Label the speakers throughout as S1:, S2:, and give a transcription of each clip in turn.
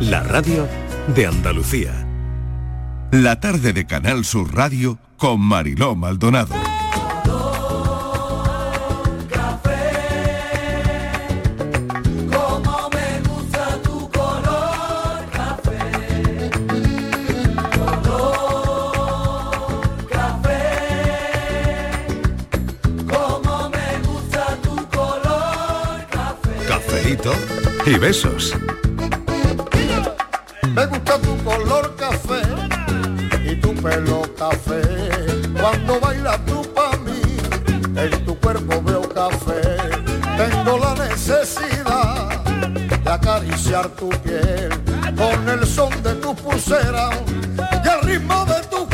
S1: La radio de Andalucía.
S2: La tarde de Canal Sur Radio con Mariló Maldonado.
S3: Como me gusta tu color café, color café. Como me gusta tu color café.
S2: Cafeíto y besos.
S4: Me gusta tu color café y tu pelo café. Cuando bailas tú pa' mí, en tu cuerpo veo café. Tengo la necesidad de acariciar tu piel con el son de tu pulsera y el ritmo de tu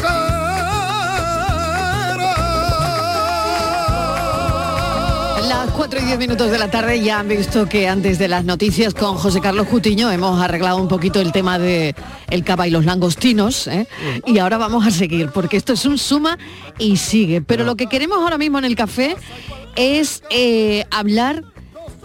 S5: Las 4 y 10 minutos de la tarde ya han visto que antes de las noticias con José Carlos Cutiño hemos arreglado un poquito el tema de el cava y los langostinos ¿eh? y ahora vamos a seguir porque esto es un suma y sigue. Pero lo que queremos ahora mismo en el café es eh, hablar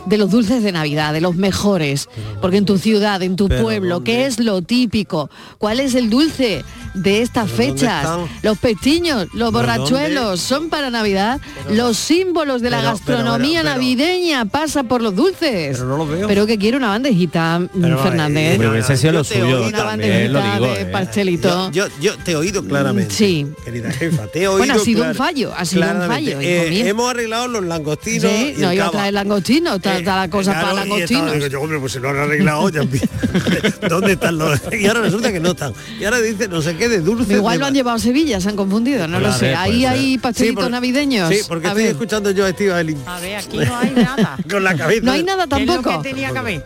S5: de los dulces de Navidad, de los mejores, porque en tu ciudad, en tu
S6: pero
S5: pueblo, ¿qué es lo típico? ¿Cuál es el dulce de estas
S6: ¿Pero dónde
S5: fechas?
S6: están?
S5: Los pestiños,
S6: ¿Pero
S5: los borrachuelos, son para Navidad, los símbolos de la
S7: pero, pero,
S5: gastronomía
S7: pero-
S5: navideña pasa por los dulces. Pero
S7: no los veo.
S5: Pero que quiere una bandejita, mm, Fernández.
S8: eh,
S7: Pero hubiese sido lo
S5: Yo te oigo
S7: suyo
S5: una
S7: también, lo
S5: bandejita
S7: digo.
S5: de
S7: eh. Mm,
S5: pastelito.
S8: Yo, yo te he oído claramente.
S5: Sí.
S8: Querida jefa, te he oído
S5: Bueno, ha sido un
S8: clar-
S5: fallo, ha sido un
S8: claramente.
S5: fallo,
S8: Eh,
S5: hijo mío.
S8: hemos arreglado los langostinos
S5: Sí,
S8: y
S5: no
S8: el
S5: iba a
S8: cava. Eh,
S5: traer langostino, está está la cosa
S8: Claro,
S5: para
S8: y estaba-
S5: langostinos.
S8: digo yo, hombre, pues se lo han arreglado ya. ¿Dónde están los? Y ahora resulta que no están. Y ahora dice no sé qué de dulce.
S5: Igual lo han llevado a Sevilla, se han confundido, no lo
S8: Claro,
S5: sé.
S8: puede
S5: Ahí
S8: ser.
S5: hay pastelitos
S8: Sí, porque-
S5: navideños.
S8: Sí, porque
S5: A
S8: estoy
S5: ver.
S8: escuchando yo a Steve Ailey.
S9: A ver, aquí no hay nada.
S8: Con la cabeza.
S5: No hay nada tampoco.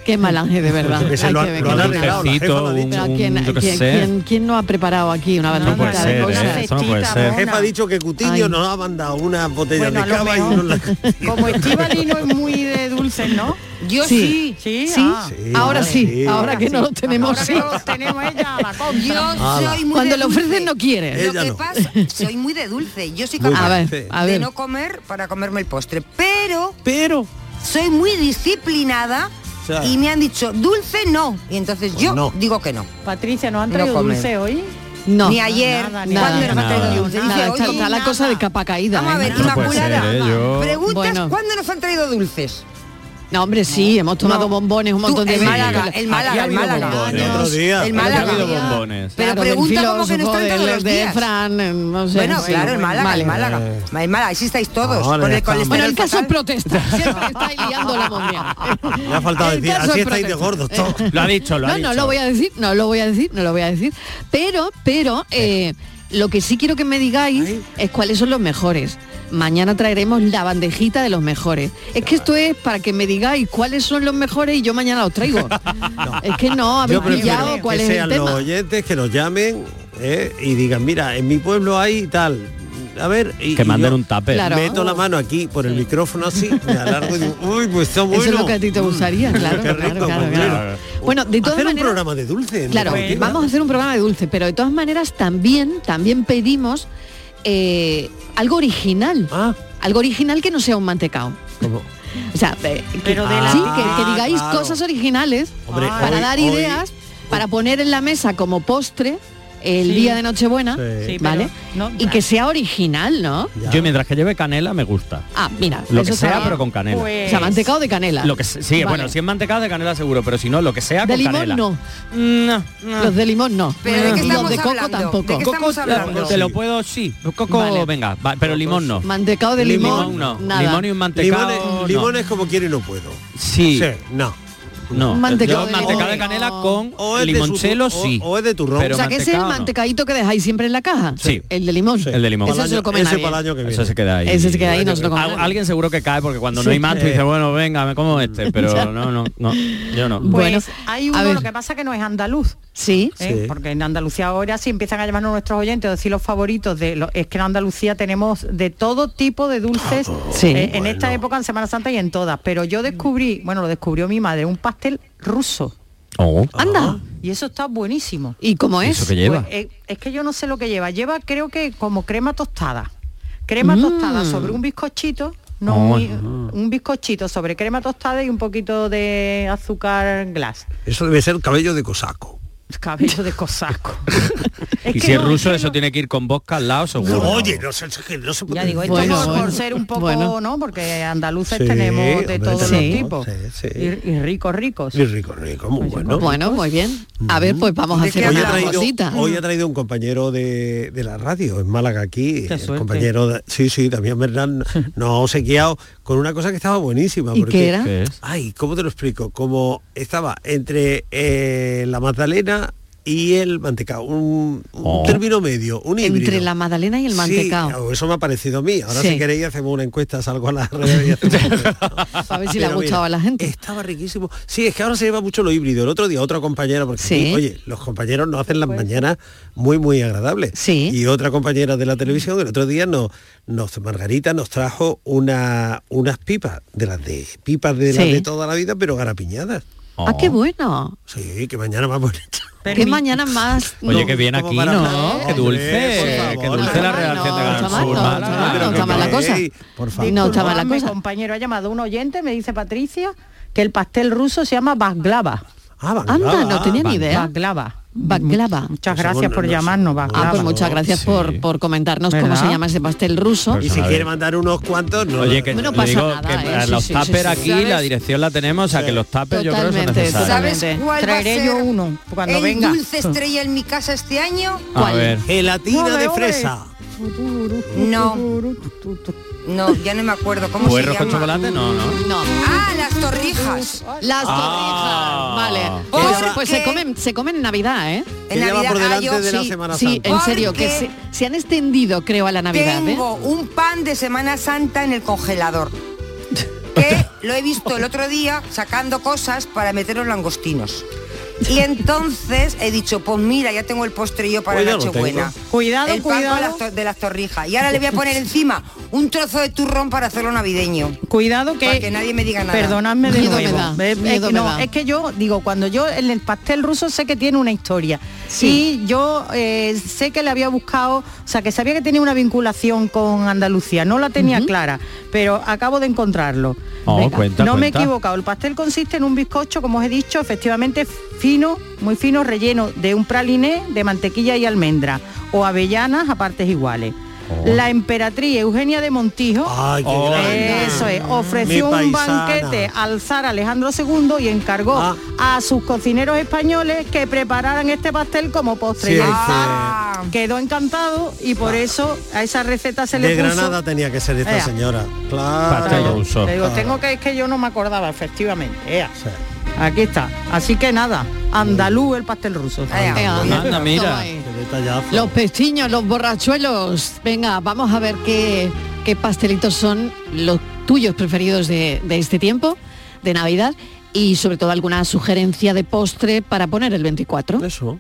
S5: Qué mal ángel, de verdad.
S8: Yo qué sé,
S5: Hay
S8: Pues lo
S5: que
S8: han-
S5: ver
S8: lo
S5: qué
S8: han
S5: mal
S8: arreglado,
S5: ángel.
S8: la jefa lo ha dicho.
S5: Pero ¿quién,
S8: Yo qué
S5: quién-
S8: sé.
S5: quién- quién no ha preparado aquí una bandejita
S8: puede
S5: de
S8: ser, ¿eh?
S5: cosas?
S8: Eso no puede ser. Jefa ha dicho que Cutiño
S5: Ay.
S8: nos ha mandado unas botellas
S5: Bueno, a
S8: de
S5: lo
S8: cava y
S5: mejor.
S8: unos lang-
S9: Como Estivali no es muy de dulces, ¿no?
S5: Yo sí.
S9: Sí,
S5: Sí.
S9: ah.
S5: ahora sí,
S8: Sí.
S5: ahora que no lo
S9: sí.
S5: tenemos.
S9: Ahora que
S5: sí.
S9: no lo tenemos ella, la compra.
S10: Yo
S5: Ala.
S10: soy muy
S5: Cuando
S10: de
S5: lo ofrecen no quiere.
S10: Lo que pasa, soy muy de dulce. Yo soy
S5: Muy
S10: capaz
S5: A ver, dulce. a
S10: de
S5: ver.
S10: no comer para comerme el postre. Pero, pero soy muy disciplinada
S9: Ya.
S10: y me han dicho dulce no. Y entonces yo digo que Pues no.
S9: Patricia, ¿no han
S10: No
S9: traído
S10: comer.
S9: dulce hoy?
S5: No.
S10: Ni ayer.
S9: Nada, ni
S10: ¿Cuándo
S9: nada.
S10: nos han traído
S9: Nada.
S10: dulce? Dice,
S5: Nada, está,
S10: oye,
S5: está la cosa de capa caída.
S10: Vamos a ver,
S5: ¿eh?
S10: Inmaculada,
S5: yo-
S10: preguntas
S5: Bueno.
S10: ¿cuándo nos han traído dulces?
S5: No, hombre, sí, hemos tomado bombones un
S10: Tú,
S5: montón de
S10: el
S5: veces. Ah,
S10: Málaga, el Málaga, el Málaga.
S5: El
S10: Otro día. El Málaga.
S5: Otro día.
S10: Pero
S5: Claro,
S10: pregunta
S5: del
S10: cómo que no
S5: filósofo
S10: están todos
S5: del-
S10: los
S5: de
S10: días.
S5: Fran, eh, no sé,
S10: bueno,
S5: sí,
S10: claro, el Málaga,
S5: vale.
S10: el Málaga. El Málaga, ahí sí estáis todos.
S5: Ahora
S10: con
S5: ya
S10: el
S5: estamos.
S10: colesterol
S5: Bueno, el caso es
S10: fatal.
S5: protesta. Siempre estáis liando la momia.
S8: Le ha faltado
S5: El
S8: decir,
S5: caso
S8: así
S5: es
S8: estáis
S5: protesta.
S8: de gordos todos. Lo ha dicho,
S5: no, no lo voy a decir, no lo voy a decir, no lo voy a decir. Pero, pero, eh, lo que sí quiero que me digáis es cuáles son los mejores. Mañana traeremos la bandejita de los mejores. Es que esto es para que me digáis cuáles son los mejores y yo mañana los traigo. Es que no, habéis
S8: Yo prefiero
S5: pillado cuál
S8: que
S5: es el
S8: sean los
S5: tema.
S8: oyentes que nos llamen eh, y digan, mira, en mi pueblo hay tal. A ver, y,
S7: Que
S8: y
S7: manden
S8: yo
S7: un tupper. Claro.
S8: Meto la mano aquí por el micrófono así, me alargo y digo, uy, pues está bueno.
S5: Eso es lo que a ti te gustaría, claro.
S8: Qué rico,
S5: claro, claro,
S8: pues,
S5: claro.
S8: claro.
S5: Bueno, de todas
S8: Hacer un
S5: maneras-
S8: programa de dulce. ¿no?
S5: Claro, Pues,
S8: Porque-
S5: vamos a hacer un programa de dulce, pero de todas maneras también, también pedimos eh, algo original.
S8: Ah.
S5: Algo original que no sea un mantecao. O sea, eh, que,
S9: Pero de la-
S5: sí,
S9: Ah,
S5: que, que digáis
S9: claro.
S5: cosas originales
S9: Hombre,
S5: para
S9: hoy-
S5: dar
S9: hoy-
S5: ideas, para poner en la mesa como postre el
S9: Sí.
S5: día de Nochebuena,
S7: Sí. Sí,
S5: ¿vale?
S9: pero no-
S5: y que sea original, ¿no?
S7: Yo mientras que lleve canela me gusta.
S5: Ah, mira,
S7: Lo
S5: eso
S7: que sea,
S5: está bien.
S7: pero con canela.
S5: O sea, mantecao de canela.
S7: Lo que se- sí,
S5: Vale.
S7: bueno, si es mantecado de canela seguro, pero si no, lo que sea
S5: De
S7: Ah, con
S5: limón
S7: canela.
S5: no. Los de limón no.
S7: ¿Pero de qué
S5: y los
S7: estamos
S5: de coco
S7: hablando? ¿De
S5: tampoco.
S7: qué estamos Coco, hablando? te lo puedo, sí. Coco,
S5: Vale.
S7: venga, va, pero limón no.
S5: Mantecao de limón,
S7: Limón no.
S5: nada.
S7: Limón y un mantecado.
S8: Limones-
S7: no.
S8: limones como quiero y no puedo.
S7: Sí.
S8: no.
S7: No.
S5: Un mantecado
S7: Yo
S5: de
S7: mantecado
S5: limón.
S7: de canela con
S8: O es de
S7: limonchelo
S8: su- o-
S7: sí.
S8: o es de turrón.
S7: Pero
S5: o sea, que ese es el
S7: mantecao no.
S5: mantecadito que dejáis siempre en la caja.
S7: Sí.
S5: El de limón.
S7: El de limón.
S5: Ese se lo come
S7: Ese
S5: nadie. ¿eh?
S7: para el año que viene. Eso se queda ahí.
S5: Ese se queda ahí, no se lo come
S7: Al-
S5: nadie.
S7: Alguien seguro que cae porque cuando no
S5: Sí.
S7: hay más tú
S5: Eh.
S7: dices, bueno, venga, me como este, pero no, no, no, yo no.
S9: Pues hay
S5: a
S9: uno,
S5: ver.
S9: lo que pasa que no es andaluz. ¿eh?
S5: Sí.
S7: Sí.
S9: Porque en Andalucía ahora sí empiezan a llamarnos nuestros oyentes, decir los favoritos de lo- es que en Andalucía tenemos de todo tipo de dulces
S5: Sí.
S9: eh, en esta época, en Semana Santa y en todas. Pero yo descubrí, bueno, lo descubrió mi madre, un pastel ruso.
S5: Anda.
S9: Y eso está buenísimo.
S5: ¿Y cómo es? ¿Eso qué lleva?
S9: Pues, eh, es que yo no sé lo que lleva. Lleva creo que como crema tostada. Crema
S5: Mm.
S9: tostada sobre un bizcochito No,
S8: Ay,
S9: un, un bizcochito sobre crema tostada y un poquito de azúcar glass.
S8: Eso debe ser cabello de cosaco.
S9: Cabello de cosaco.
S7: y
S9: que
S7: si es
S9: no,
S7: ruso, eso tiene que ir con vodka al lado, seguro.
S8: oye, no sé, que no se puede.
S9: Ya digo, esto por, por ser un poco,
S7: bueno.
S9: ¿no? Porque andaluces
S8: Sí,
S9: tenemos
S8: hombre,
S9: de todos
S8: tenemos,
S9: los tipos.
S8: sí, sí.
S9: Y, y ricos, ricos.
S8: Y rico, rico, muy bueno.
S5: Bueno, muy bien. A ver, pues vamos a hacer
S8: Hoy ha,
S5: una
S8: traído,
S5: cosita.
S8: hoy ha traído un compañero de, de la radio en Málaga aquí, el compañero, de- sí, sí, también Bernal nos ha guiado con una cosa que estaba buenísima.
S5: ¿Y qué era? ¿Qué es?
S8: Ay, ¿cómo te lo explico? Como estaba entre eh, la magdalena y el mantecao, un, un
S5: Oh.
S8: término medio, un híbrido.
S5: Entre la magdalena y el
S8: Sí, oh,
S5: mantecao.
S8: eso me ha parecido a mí. Ahora
S5: Sí.
S8: si queréis hacemos una encuesta, salgo a la red y hacemos-
S5: A ver si le ha
S8: Pero mira, este-
S5: gustado a la gente.
S8: Estaba riquísimo. Sí, es que ahora se lleva mucho lo híbrido. El otro día otra compañera, porque
S5: Sí. Pues.
S8: aquí, oye, los compañeros nos hacen las mañanas muy, muy agradables. Y otra compañera de la televisión, el otro día nos, nos Margarita nos trajo una, unas pipas, de las de pipas de las
S5: Sí.
S8: de toda la vida, pero garapiñadas. Oh.
S5: Ah, qué bueno.
S8: Sí, que mañana vamos a
S5: Qué mañana más.
S7: Oye,
S8: No,
S7: que bien
S8: como
S7: aquí,
S8: para-
S7: ¿no? Qué
S8: Hombre,
S7: dulce,
S8: por
S7: qué
S8: favor.
S7: dulce la redacción de Canal Sur, Málaga.
S5: no está mal la cosa. Por favor. No está mal la
S9: Disculpadme,
S5: cosa.
S9: compañero, ha llamado un oyente, me dice Patricia, que el pastel ruso se llama baklava.
S8: Ah,
S5: baklava. Anda, no tenía ni idea.
S9: Baklava.
S5: Baklava.
S9: Muchas gracias por llamarnos, baklava.
S5: Ah, pues muchas gracias por, por comentarnos cómo
S9: ¿Verdad? Pues
S5: se llama ese pastel ruso.
S8: Y si quiere mandar unos cuantos, no.
S7: Pues Oye, que
S5: No
S7: te
S5: pasa
S7: digo
S5: nada,
S7: que
S5: ¿eh?
S7: para
S5: Sí,
S7: los
S5: sí, sí,
S7: tapers
S5: sí.
S7: aquí
S5: ¿Sabes?
S7: la dirección la tenemos, o sea que los tapers yo creo que son
S5: Totalmente,
S7: necesarios.
S5: totalmente.
S10: ¿Sabes cuál va a
S9: Traeré
S10: ser
S9: yo uno cuando
S10: el
S9: venga.
S10: dulce estrella en mi casa este año?
S7: A ver.
S8: Gelatina
S9: Joder,
S8: de
S9: hombre.
S8: fresa.
S10: No. No, ya no me acuerdo cómo se
S7: ¿Puerros
S10: llama.
S7: con chocolate? No, no.
S5: No.
S10: Ah, las torrijas.
S5: Las torrijas,
S7: Ah.
S5: vale.
S10: Porque-
S5: Pues, pues se comen, se comen en Navidad, ¿eh?
S10: En
S8: Ella va
S10: Navidad
S8: por delante
S10: ah, yo
S8: de la
S10: sí.
S8: Semana
S5: Sí,
S8: Santa.
S5: en serio, que se,
S10: Porque
S5: se han extendido, creo, a la Navidad, ¿eh?
S10: Tengo un pan de Semana Santa en el congelador. Que lo he visto el otro día sacando cosas para meter los langostinos. Y entonces he dicho, pues mira, ya tengo el postre yo para
S8: Pues ya lo
S10: Nochebuena.
S8: tengo.
S9: Cuidado,
S10: el pan
S9: cuidado.
S10: con las to- de las torrijas. Y ahora le voy a poner encima un trozo de turrón para hacerlo navideño.
S9: Cuidado que,
S10: Para que nadie me diga nada.
S9: Perdonadme de
S5: Miedo me
S9: nuevo.
S5: da,
S9: Eh,
S5: miedo
S9: eh,
S5: me
S9: no,
S5: da.
S9: es que yo digo, cuando yo en el pastel ruso sé que tiene una historia. Y yo eh, sé que le había buscado, o sea, que sabía que tenía una vinculación con Andalucía. No la tenía clara, pero acabo de encontrarlo.
S7: Oh, cuenta,
S9: no me he
S7: cuenta.
S9: equivocado. El pastel consiste en un bizcocho, como os he dicho, efectivamente fino, muy fino, relleno de un praliné de mantequilla y almendra o avellanas a partes iguales. La emperatriz Eugenia de Montijo
S8: Ay, qué
S7: Oh.
S8: grande.
S9: eso es,
S8: Mi
S9: ofreció un
S8: paisana.
S9: banquete al zar Alejandro II y encargó
S8: Ah.
S9: a sus cocineros españoles que prepararan este pastel como postre.
S8: Sí,
S9: Y el
S8: es Ah.
S9: zar quedó encantado y por eso a esa receta se le
S8: De
S9: puso...
S8: Granada tenía Ah. que ser esta
S9: Ea.
S8: señora.
S7: Pastel
S8: Claro.
S7: ruso.
S9: Te digo,
S5: Ah,
S8: Claro.
S9: tengo que, es que yo no me acordaba, efectivamente. Ea.
S8: Sí.
S9: Aquí está. Así que nada, andaluz el pastel ruso.
S10: Ea.
S5: Eh,
S7: Anda, mira.
S5: toma ahí.
S8: Qué detallazo.
S5: Los pestiños, los borrachuelos. Venga, vamos a ver qué, qué pastelitos son los tuyos preferidos de, de este tiempo, de Navidad, y sobre todo alguna sugerencia de postre para poner el 24.
S8: Eso.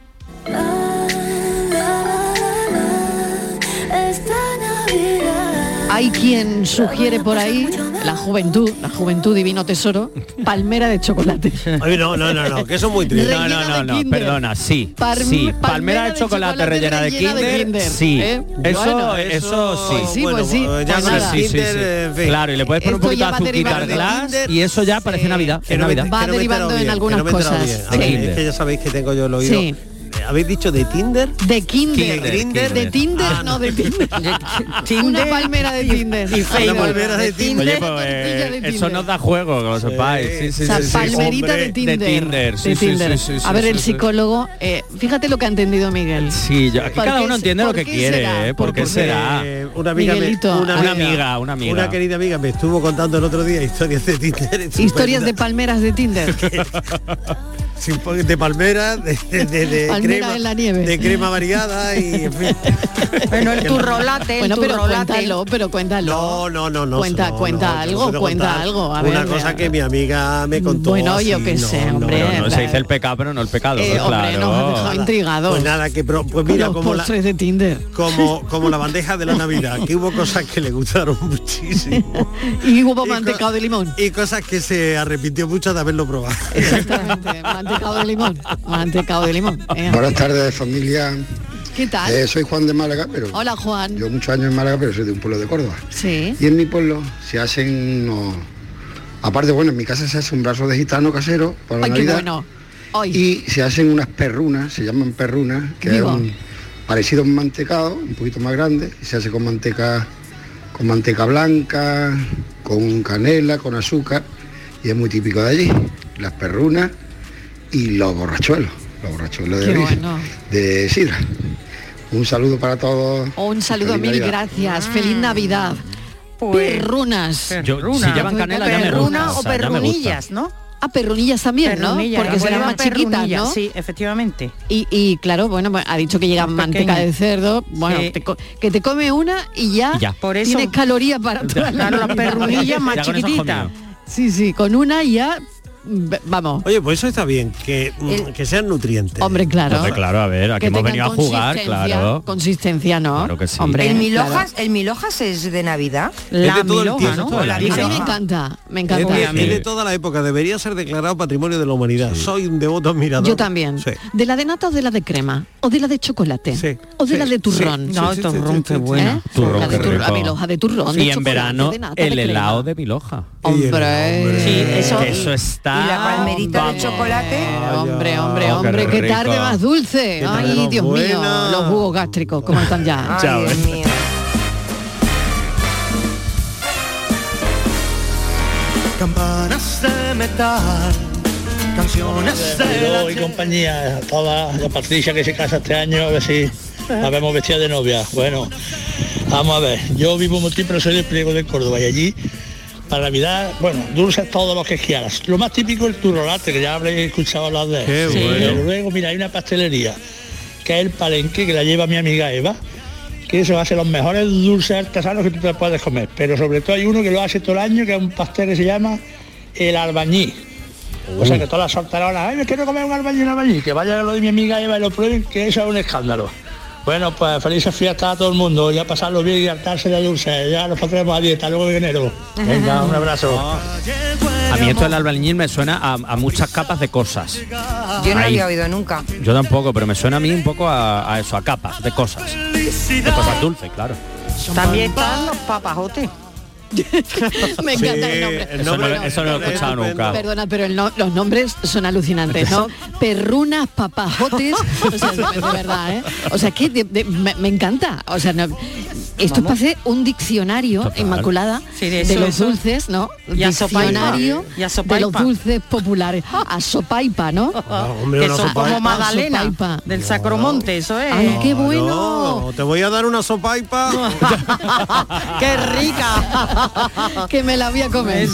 S5: Hay quien sugiere por ahí, la juventud, la juventud divino tesoro, palmera de chocolate.
S8: Ay, no, no, no, no, que eso es muy triste.
S7: No,
S5: Rellena
S7: no,
S5: de
S7: no, no,
S5: Kinder.
S7: perdona, sí,
S5: Par-
S7: sí.
S5: palmera
S7: Palmera, de,
S5: de
S7: chocolate,
S5: chocolate
S7: rellena de
S5: rellena de
S7: kinder,
S5: Kinder,
S7: sí.
S5: ¿eh?
S7: Eso,
S5: Bueno,
S7: eso, sí.
S5: sí, pues sí,
S8: Ya
S5: pues
S8: con el
S5: nada.
S7: Sí, sí,
S8: Kinder,
S7: sí.
S8: en fin.
S7: Claro, y le puedes poner un
S5: Esto
S7: poquito
S5: ya
S7: de
S5: va
S7: azuquita
S5: derivando de
S7: glass
S8: Kinder.
S7: y eso ya parece Navidad,
S8: Que
S7: es
S8: no me-
S7: Navidad.
S5: Va
S8: que no me he
S5: derivando
S8: enterado
S5: en
S8: bien,
S5: algunas
S8: que no me he enterado
S5: cosas.
S8: bien. A
S7: De
S8: ver,
S7: Kinder.
S8: Es que ya sabéis que tengo yo el oído.
S5: Sí.
S8: Eh, ¿Habéis dicho de Tinder?
S5: De Kinder.
S7: Kinder,
S5: De
S7: Kinder. Ah.
S5: Tinder, no, de Tinder. Una palmera de Tinder.
S8: y Facebook. palmera de Tinder.
S7: Oye, pues,
S5: tortilla de
S7: eh, eso
S5: Tinder.
S7: nos da juego, que lo sepáis. Sí, sí,
S5: O sea,
S7: sí, sí, sí.
S5: palmerita
S8: hombre,
S5: de Tinder.
S7: De Tinder, sí,
S5: De
S7: sí,
S5: Tinder.
S7: sí, sí, sí,
S5: a ver,
S7: sí,
S5: el
S7: sí.
S5: psicólogo, eh, fíjate lo que ha entendido Miguel.
S7: Sí, yo- aquí
S5: ¿Por
S7: cada
S5: qué
S7: uno
S5: se-
S7: entiende lo
S5: por
S7: que
S5: qué
S7: quiere,
S5: será?
S7: ¿eh? Porque
S8: Porque,
S7: será.
S8: eh, Una amiga, me-
S5: Miguelito,
S8: una,
S5: a
S7: Una
S5: ver.
S7: amiga, una amiga.
S8: una querida amiga me estuvo contando el otro día historias de Tinder. Es
S5: Historias de
S8: estupenda.
S5: palmeras de Tinder.
S8: Sí, po- de palmera, de, de- de- de
S5: Palmera
S8: crema,
S5: en la nieve.
S8: de crema variada y en fin.
S9: Bueno, el turrolate, el
S5: bueno, pero
S9: turrolate.
S5: cuéntalo, pero cuéntalo.
S8: No, no, no, no.
S5: Cuenta,
S8: no,
S5: cuenta
S8: no, no
S5: algo,
S8: puedo
S5: cuenta
S8: contar
S5: algo, a
S8: una
S5: ver,
S8: cosa
S5: a-
S8: que mi amiga me contó.
S5: Bueno, yo qué sé, hombre,
S7: Pero no se
S5: Claro.
S7: dice el pecado, pero no el pecado,
S5: Eh,
S7: ¿no?
S5: hombre, nos has
S7: claro.
S5: dejado intrigados.
S8: Pues nada, que pro- pues mira,
S5: los
S8: como la,
S5: postres de Tinder.
S8: como, como la bandeja de la Navidad, que hubo cosas que le gustaron muchísimo.
S5: Y hubo
S8: Y co-
S5: mantecado de limón.
S8: Y cosas que se arrepintió mucho de haberlo probado.
S5: Exactamente, mantecado de limón. Mantecado de limón. eh.
S6: Buenas tardes familia.
S5: ¿Qué tal?
S11: Eh, soy Juan de Málaga, pero
S5: Hola Juan.
S11: yo muchos años en Málaga, pero soy de un pueblo de Córdoba.
S5: Sí.
S11: Y en mi pueblo se hacen unos... Aparte, bueno, en mi casa se hace un brazo de gitano casero para la
S5: Ay, qué
S11: Navidad.
S5: bueno. Hoy.
S11: Y se hacen unas perrunas, se llaman perrunas, que
S5: Digo.
S11: es un parecido a un mantecado, un poquito más grande, y se hace con manteca, con manteca blanca, con canela, con azúcar, y es muy típico de allí. Las perrunas y los borrachuelos, los borrachuelos de,
S5: Qué
S11: origen,
S5: bueno.
S11: de sidra. Un saludo para todos.
S5: Un saludo,
S11: Feliz
S5: mil
S11: Navidad.
S5: gracias. Feliz Navidad. Perrunas.
S7: Yo- si llaman canela, ya me
S9: Mm. Pues,
S7: gusta,
S9: Perruna o
S7: ya me gusta.
S9: perrunillas, ¿no?
S5: Ah, perrunillas también, ¿no?
S9: Perrunillas,
S5: Porque
S9: las
S5: serán
S9: llaman
S5: más chiquitas,
S9: perrunillas,
S5: ¿no?
S9: Sí, efectivamente.
S5: Y, y, claro, bueno, pues, ha dicho que llega manteca de cerdo. Bueno,
S9: Sí.
S5: te co- que te come una y ya,
S9: Y ya. Por eso-
S5: tienes calorías para toda la
S9: Claro, las
S5: Navidad.
S9: perrunillas más
S8: Ya con eso has
S9: chiquititas.
S5: Sí, sí, con una y ya, v- vamos.
S8: Oye, pues eso está bien, que, mm,
S5: El-
S8: que sean nutrientes.
S5: Hombre, claro.
S7: Hombre, claro, a ver, aquí
S5: Que
S7: hemos
S5: tengan
S7: venido a jugar,
S5: consistencia,
S7: claro.
S5: Consistencia, ¿no?
S7: Claro que sí.
S5: Hombre,
S10: ¿El
S5: claro.
S10: milojas, ¿El milojas es de Navidad?
S8: La Es de todo el miloja, tiempo, ¿no? todo el
S10: La
S8: año.
S5: A mí me
S10: miloja.
S5: encanta, me
S8: Es
S5: encanta.
S8: de, es de toda la época, debería ser declarado Patrimonio de la Humanidad. Soy un devoto admirador.
S5: Yo también.
S8: Sí.
S5: ¿De la de nata o de la de crema? ¿O de la de chocolate? ¿O de
S8: sí,
S5: la de turrón?
S8: sí, No, sí, sí, turrón, sí, qué sí, buena.
S5: ¿Eh?
S7: Turrón,
S5: La de
S7: qué
S5: turrón,
S7: rico.
S5: a mi loja de turrón. de
S7: Y en
S5: chocolate,
S7: verano,
S5: de nata, de
S7: el
S5: crema.
S7: helado de mi loja.
S5: Hombre.
S7: Que eso,
S5: y-
S7: está...
S10: Y la palmerita de chocolate.
S5: Hombre, hombre,
S7: Oh, qué
S5: hombre, qué,
S7: rico.
S5: tarde más dulce.
S7: tarde
S5: Ay,
S7: más
S5: Dios mío,
S7: buena.
S5: los jugos gástricos, ¿cómo están ya?
S7: Chao, Ay, Dios eh. mío.
S12: Campanas de metal, canciones de
S13: Yo y
S12: la
S13: compañía, toda la Patricia que se casa este año, a ver si la vemos vestida de novia. Bueno, vamos a ver, yo vivo en Motín, pero soy del pliego de Córdoba y allí para Navidad, bueno, dulces todos los que quieras. Lo más típico es el turrolate, que ya habréis escuchado hablar de él.
S14: Qué Sí. bueno.
S13: Pero luego, mira, hay una pastelería, que es el palenque, que la lleva mi amiga Eva, que eso hace los mejores dulces artesanos que tú te puedes comer. Pero sobre todo hay uno que lo hace todo el año, que es un pastel que se llama el albañí. O sea que todas las soltaronas, ay, me quiero comer un albañil, un albañil, que vaya a lo de mi amiga Eva y lo prueben, que eso es un escándalo. Bueno, pues felices fiestas a todo el mundo, ya pasarlo bien y hartarse de dulce, ya nos pondremos a dieta, luego de enero. Venga, un abrazo.
S7: Ah. A mí esto del albañil me suena a, a muchas capas de cosas.
S10: Yo no lo
S7: Ahí.
S10: había oído nunca.
S7: Yo tampoco, pero me suena a mí un poco a, a eso, a capas de cosas. De cosas dulces, claro.
S9: También están los papajotes.
S5: Me encanta el nombre.
S7: Eso no, lo- eso no lo he escuchado nunca.
S5: Perdona, pero el no- los nombres son alucinantes, ¿no? Perrunas, papajotes, o sea, de verdad, ¿eh? O sea, que de- de- me, me encanta. O sea, no- esto es para hacer un diccionario inmaculada
S9: Sí,
S5: de,
S9: de eso,
S5: los
S9: eso.
S5: dulces, ¿no?
S9: Y a sopaipa.
S5: diccionario
S9: Y a
S5: de los
S9: sopaipa.
S5: dulces populares. A sopaipa, ¿no?
S8: Ah, hombre,
S9: que
S8: una
S9: son
S8: sopaipa.
S9: como Magdalena
S5: Sopaipa.
S9: del Sacromonte, eso es.
S5: Ay, qué
S8: Ah, No, te voy a dar una sopaipa.
S9: ¡Qué rica!
S5: que me la voy a comer.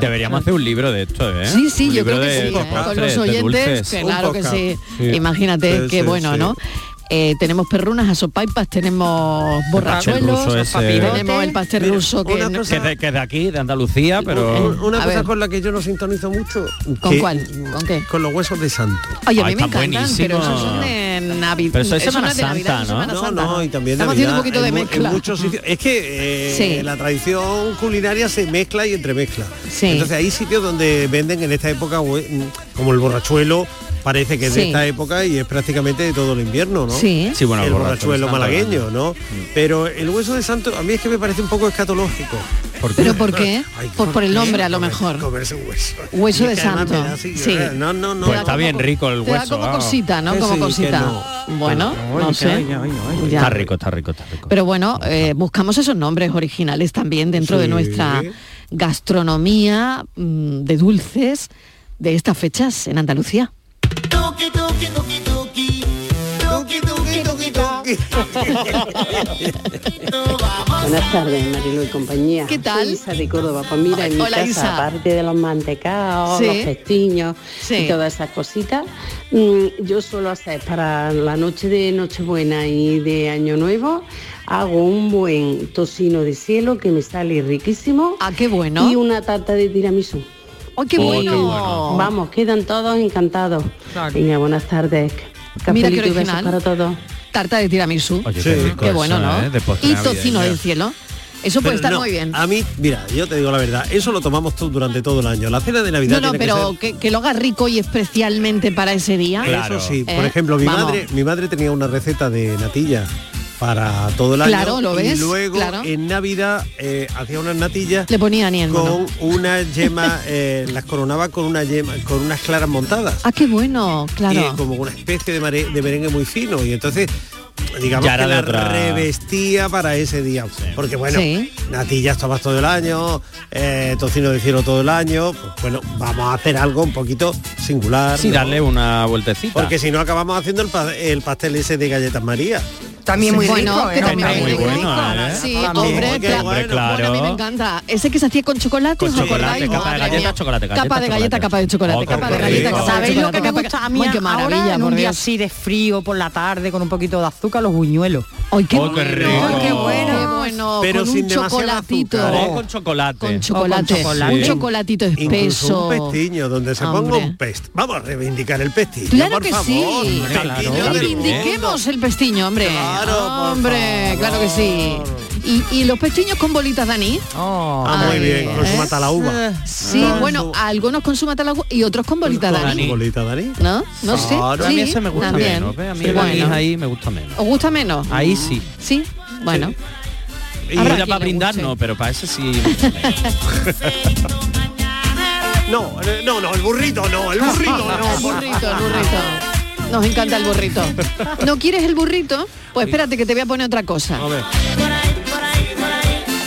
S7: Deberíamos hacer un libro de esto, ¿eh?
S5: Sí, sí,
S7: Un
S5: yo
S7: libro
S5: creo que
S7: de-
S5: sí,
S7: de
S5: ¿eh? con
S7: postres,
S5: los
S7: de
S5: oyentes,
S7: dulces.
S5: claro que sí.
S7: Sí.
S5: Imagínate
S7: Sí,
S5: qué
S7: sí,
S5: bueno,
S7: sí.
S5: ¿no? Eh, tenemos perrunas a sopaipas, tenemos borrachuelos,
S7: ruso ese.
S5: tenemos el pastel ruso que no-
S7: que, de, que de aquí, de Andalucía, pero...
S8: Un- Una
S5: Eh, A
S8: cosa
S5: ver.
S8: con la que yo no sintonizo mucho.
S5: ¿Con
S8: que-
S5: cuál? ¿Con qué?
S8: Con los huesos de santo.
S5: Oye, a mí me encantan, pero esos son de Navidad.
S8: Ah, Pero eso es Semana
S5: de Navidad,
S8: Santa,
S5: eso
S8: ¿no?
S5: es Semana
S8: No,
S5: Santa.
S8: no, y también de
S5: Estamos haciendo un
S8: Navidad,
S5: poquito de
S8: en mu- en
S5: mezcla.
S8: muchos sitios. Es que eh,
S5: Sí.
S8: la tradición culinaria se mezcla y entremezcla.
S5: Sí.
S8: Entonces hay sitios donde venden en esta época hue- mm, como el borrachuelo. Parece que es de
S5: Sí.
S8: esta época y es prácticamente de todo el invierno, ¿no?
S5: Sí. Sí,
S7: bueno, el
S8: el
S7: borrachuelo
S8: borrachuelo Mm.
S7: está
S8: malagueño, ¿no? Pero el hueso de santo a mí es que me parece un poco escatológico.
S5: ¿Pero por qué? Pues por, por el nombre, a lo mejor.
S8: Comerse un hueso.
S5: Hueso
S8: Y es
S5: de
S8: que además
S5: santo.
S8: me da así,
S5: Sí.
S8: No, no, no.
S7: Pues está bien rico el
S5: Te da
S7: hueso.
S5: como
S7: vamos.
S5: cosita, ¿no? Como cosita. Bueno, no sé. Ya.
S7: Está rico, está rico, está rico.
S5: Pero bueno, eh, buscamos esos nombres originales también dentro de
S7: Sí.
S5: nuestra gastronomía mm, de dulces de estas fechas en Andalucía.
S15: Tuki, tuki, tuki, tuki. Tuki, tuki, tuki, tuki.
S16: Buenas tardes, Marilo y compañía. ¿Qué tal? Isa de Córdoba. Pues mira, en mi
S5: Hola,
S16: casa,
S5: Isa.
S16: aparte de los mantecaos,
S5: Sí.
S16: los festiños
S5: Sí.
S16: y todas esas cositas, mm, yo suelo hacer para la noche de Nochebuena y de Año Nuevo, hago un buen tocino de cielo que me sale riquísimo.
S5: Ah, qué bueno.
S16: Y una tarta de tiramisú.
S5: ¡Ay, qué Oh, qué bueno! bueno.
S16: Vamos, quedan todos encantados.
S5: Claro.
S16: Venga, buenas tardes.
S5: Mira qué
S16: Cafelito y besos
S5: original.
S16: para todos.
S5: Tarta de tiramisú.
S7: Oye, qué rico
S5: qué bueno,
S7: eso,
S5: ¿no?
S7: ¿eh? De postre
S5: y
S7: navideño.
S5: tocino del cielo. Eso
S8: Pero
S5: puede estar
S8: no,
S5: muy bien.
S8: A mí, mira, yo te digo la verdad, eso lo tomamos todo durante todo el año. La cena de Navidad
S5: No, no,
S8: tiene que
S5: pero
S8: ser-
S5: que, que lo haga rico y especialmente para ese día.
S8: Eso sí, por
S5: ¿Eh?
S8: ejemplo, mi
S5: Vamos.
S8: madre, mi madre tenía una receta de natilla para todo el año
S5: Claro, ¿lo
S8: y
S5: ves?
S8: luego
S5: Claro.
S8: en Navidad eh, hacía unas natillas
S5: Le ponía ni
S8: con una yema, eh, las coronaba con una yema, con unas claras montadas.
S5: Ah, qué bueno,
S8: y eh,
S5: claro.
S8: como una especie de, mare- de merengue muy fino y entonces digamos
S7: Ya era
S8: que
S7: de
S8: la
S7: otra-
S8: revestía para ese día porque bueno
S7: Sí.
S8: natillas tomas todo el año eh, tocino de cielo todo el año pues bueno vamos a hacer algo un poquito singular
S7: Sí,
S8: ¿no?
S7: darle una vueltecita.
S8: porque si no acabamos haciendo el, pa- el pastel ese de galletas María
S10: también
S5: muy Bueno, rico, ¿eh? pero Está muy muy
S7: bueno, rico. ¿eh?
S5: Ah, Sí,
S8: También.
S5: hombre,
S8: Qué
S5: cla-
S8: bueno.
S5: bueno, a mí me
S7: claro.
S5: encanta. Ese que se hacía con chocolate, ¿os
S7: Con
S5: acordáis?
S7: chocolate, capa de
S5: Madre
S7: galleta,
S5: mía.
S7: chocolate, galleta,
S5: Capa de galleta,
S7: chocolate.
S5: capa de chocolate,
S7: Oh,
S5: capa de
S7: qué
S5: galleta,
S7: rico.
S5: capa de
S9: ¿Sabéis lo que me
S5: chocolate,
S9: gusta
S5: capa-
S9: a mí
S5: Uy, qué
S9: ahora
S5: maravilla,
S9: en un
S5: por
S9: día
S5: Dios.
S9: así de frío por la tarde con un poquito de azúcar los buñuelos?
S5: ¡Ay,
S7: qué Oh, qué bueno! rico.
S9: ¡Qué bueno!
S5: Qué bueno,
S7: Pero
S5: con un
S7: sin demasiado
S5: chocolatito.
S7: O con chocolate.
S5: Con chocolate.
S8: O Oh, con chocolate.
S5: Un chocolatito
S8: Incluso
S5: espeso.
S8: un pestiño donde se
S5: Hombre.
S8: ponga un pest vamos a reivindicar el pestiño
S5: Claro
S8: por
S5: que
S8: favor,
S5: sí.
S8: hombre,
S5: Claro,
S8: pestiño del
S5: Reivindiquemos el pestiño, hombre.
S8: ¿eh? por
S5: hombre, claro que sí. Y, y los pestiños con bolitas de anís.
S15: Oh,
S8: Ah, muy
S5: Ay,
S8: bien, con su
S5: ¿eh?
S8: mata la uva.
S5: Sí, bueno, algunos con su mata la uva y otros con bolitas de anís.
S8: Bolita de anís.
S5: ¿No? No sé.
S7: a mí
S5: Sí,
S7: ese me gusta
S5: también.
S7: menos. ¿ves? A mí
S5: Sí,
S7: el
S5: bueno.
S7: anís Ah. ahí me gusta menos.
S5: ¿Os gusta menos?
S7: Ahí sí.
S5: Sí, bueno.
S7: Y
S5: Habrá
S7: era
S5: quien
S7: para
S5: le
S7: brindar,
S5: guste.
S7: no, pero para ese sí.
S8: No, eh, no, no, el burrito no, el burrito no.
S5: El burrito, el burrito. Nos encanta el burrito. ¿No quieres el burrito? Pues espérate que te voy a poner otra cosa.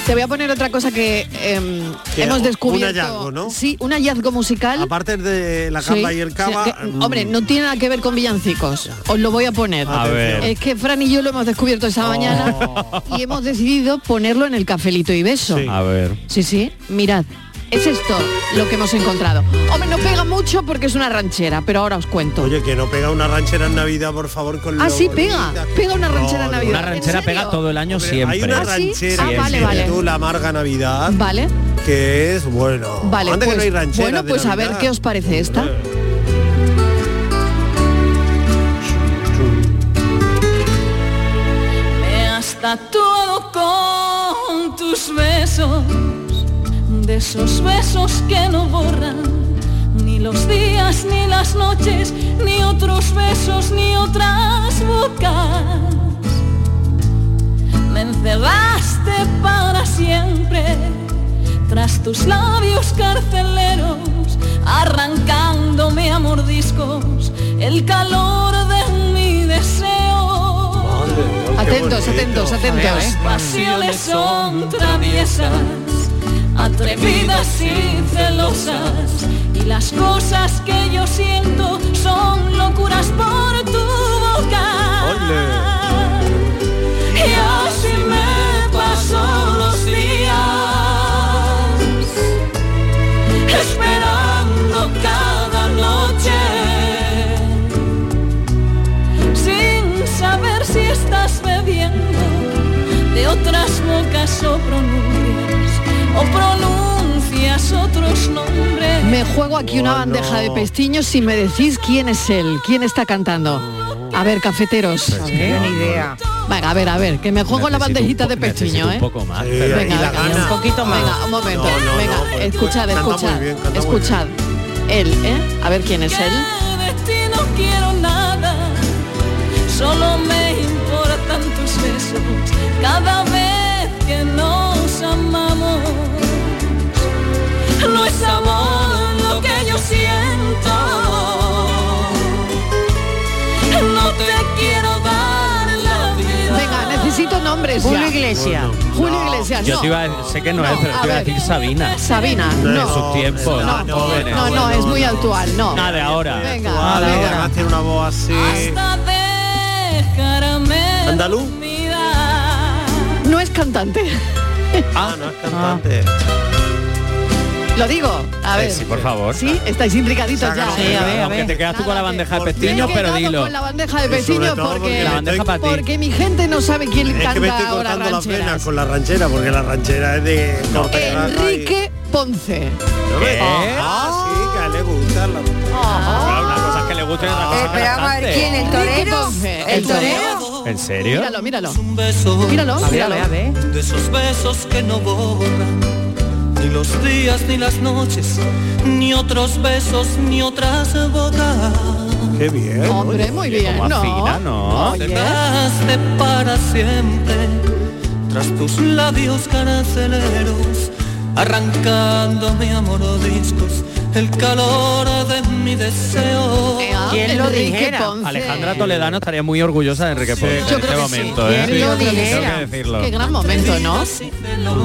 S5: Te voy a poner otra cosa que em,
S8: Que
S5: hemos
S8: un
S5: descubierto.
S8: hallazgo, ¿no?
S5: Sí, un hallazgo musical.
S8: Aparte de la capa
S5: Sí,
S8: y el
S5: sí,
S8: cava.
S5: que,
S8: mm,
S5: Hombre, no tiene nada que ver con villancicos. Os lo voy a poner.
S8: A ver. Oh.
S5: Es que Fran y yo lo hemos descubierto esa mañana y hemos decidido ponerlo en el cafelito y beso.
S7: A ver.
S5: Sí, sí, mirad. Es esto lo que hemos encontrado. Hombre, no pega mucho porque es una ranchera, pero ahora os cuento.
S8: Oye, que no pega una ranchera en Navidad, por favor, con
S5: Ah,
S8: lo
S5: sí,
S8: bonita
S5: pega.
S8: que-
S5: Pega una ranchera
S8: No,
S5: en
S8: no,
S5: Navidad.
S7: Una ranchera
S5: ¿En
S7: pega
S5: serio?
S7: todo el año siempre.
S8: Hay una
S5: ¿Ah, sí?
S8: ranchera
S5: Ah, vale,
S8: que
S5: vale.
S8: tú, la amarga Navidad,
S5: Vale.
S8: que es bueno.
S5: Vale,
S8: Anda que
S5: pues,
S8: no hay ranchera
S5: bueno,
S8: de
S5: pues a ver
S8: Navidad.
S5: qué os parece esta.
S17: Me has tatuado con tus besos, de esos besos que no borran ni los días ni las noches, ni otros besos ni otras bocas. Me encerraste para siempre tras tus labios carceleros, arrancándome a mordiscos el calor de mi deseo. eh.
S5: Atentos, atentos, ¿eh? atentos.
S17: Las pasiones son traviesas, atrevidas y celosas. Y las cosas que yo siento son locuras por tu boca. Y así me pasó los días, esperando cada noche sin saber si estás bebiendo de otras bocas o pronuncias o pronuncias otros nombres.
S5: Me juego aquí
S8: Oh,
S5: una bandeja de pestiños si me decís quién es él, quién está cantando. A ver, cafeteros.
S7: Pues
S5: A ver,
S9: ni idea.
S5: Venga, a ver, a ver, que me juego la
S7: Necesito un
S5: bandejita
S7: po-
S5: de pestiño,
S7: necesito
S5: ¿eh?
S7: Un poco más.
S5: Sí,
S7: pero-
S5: venga,
S7: y la
S5: venga,
S7: gana.
S5: un poquito más. Venga, un momento. venga, escuchad,
S7: canta muy
S5: escuchad.
S7: bien, canta muy
S5: escuchad. Él, ¿eh? A ver quién es él.
S17: De ti no quiero nada, solo me importan tus besos cada vez que nos amamos. No es amor oh, lo que yo siento, no te quiero dar la vida.
S5: Venga, necesito nombres. ya.
S17: Julio Iglesias.
S7: Bueno.
S5: Julio Iglesias,
S7: Yo
S5: no.
S7: te iba a decir, sé que no, es, pero
S5: a
S7: te iba a
S5: ver.
S7: decir Sabina.
S5: Sabina,
S7: De
S5: no.
S7: su tiempo,
S5: No,
S7: no, jóvenes.
S5: No, no, es muy actual, no.
S7: Nada de ahora.
S5: Venga,
S8: Vale,
S5: venga.
S8: eh, además tiene una voz así.
S17: Hasta dejarme
S8: Andaluz.
S5: No es cantante.
S8: Ah, no es cantante.
S5: Lo digo, a
S7: Eh,
S5: ver.
S7: sí, por favor.
S5: Sí, estáis implicaditos ya. ¿eh?
S7: Aunque te quedas tú con la bandeja de pestiño,
S5: Me he
S7: pero
S5: quedado
S7: dilo.
S5: con la bandeja de
S7: Y sobre
S5: pestiño
S7: todo
S5: porque,
S7: porque La bandeja para ti.
S5: porque mi gente no sabe quién
S8: Es que me estoy
S5: canta ahora
S8: cortando las
S5: ranchera.
S8: venas con la ranchera, porque la ranchera es de corta y larga y-
S5: Enrique Ponce.
S8: ¿No ves?
S7: ¿Eh?
S8: Ah, sí, que a él le gusta la
S7: Claro, Ah, Una cosa es que le gusta y otra cosa es que
S10: Pero vamos a ver,
S7: cante.
S10: ¿quién? ¿El
S5: Enrique
S10: torero?
S5: Ponce,
S10: ¿El
S5: el torero.
S10: torero?
S7: ¿En serio?
S5: Míralo, míralo.
S18: Un beso.
S5: Míralo, A ver, míralo. a ver, a ver.
S18: De esos besos que no borran. Ni los días ni las noches. Ni otros besos ni otras bocas.
S8: Qué bien.
S5: Hombre, muy bien.
S18: como
S5: No.
S18: afina,
S7: ¿no?
S5: Oye.
S18: Quedaste para siempre. Tras tus labios carceleros. Arrancando mi amor o discos. El calor de mi deseo.
S5: ¿Quién lo Enrique dijera? Ponce.
S7: Alejandra Toledano estaría muy orgullosa de Enrique Ponce
S5: Yo creo
S7: en este
S5: que sí.
S7: momento,
S5: Yo
S7: ¿eh?
S5: creo que
S7: Tengo
S5: era.
S7: que decirlo.
S5: Qué gran momento, ¿no?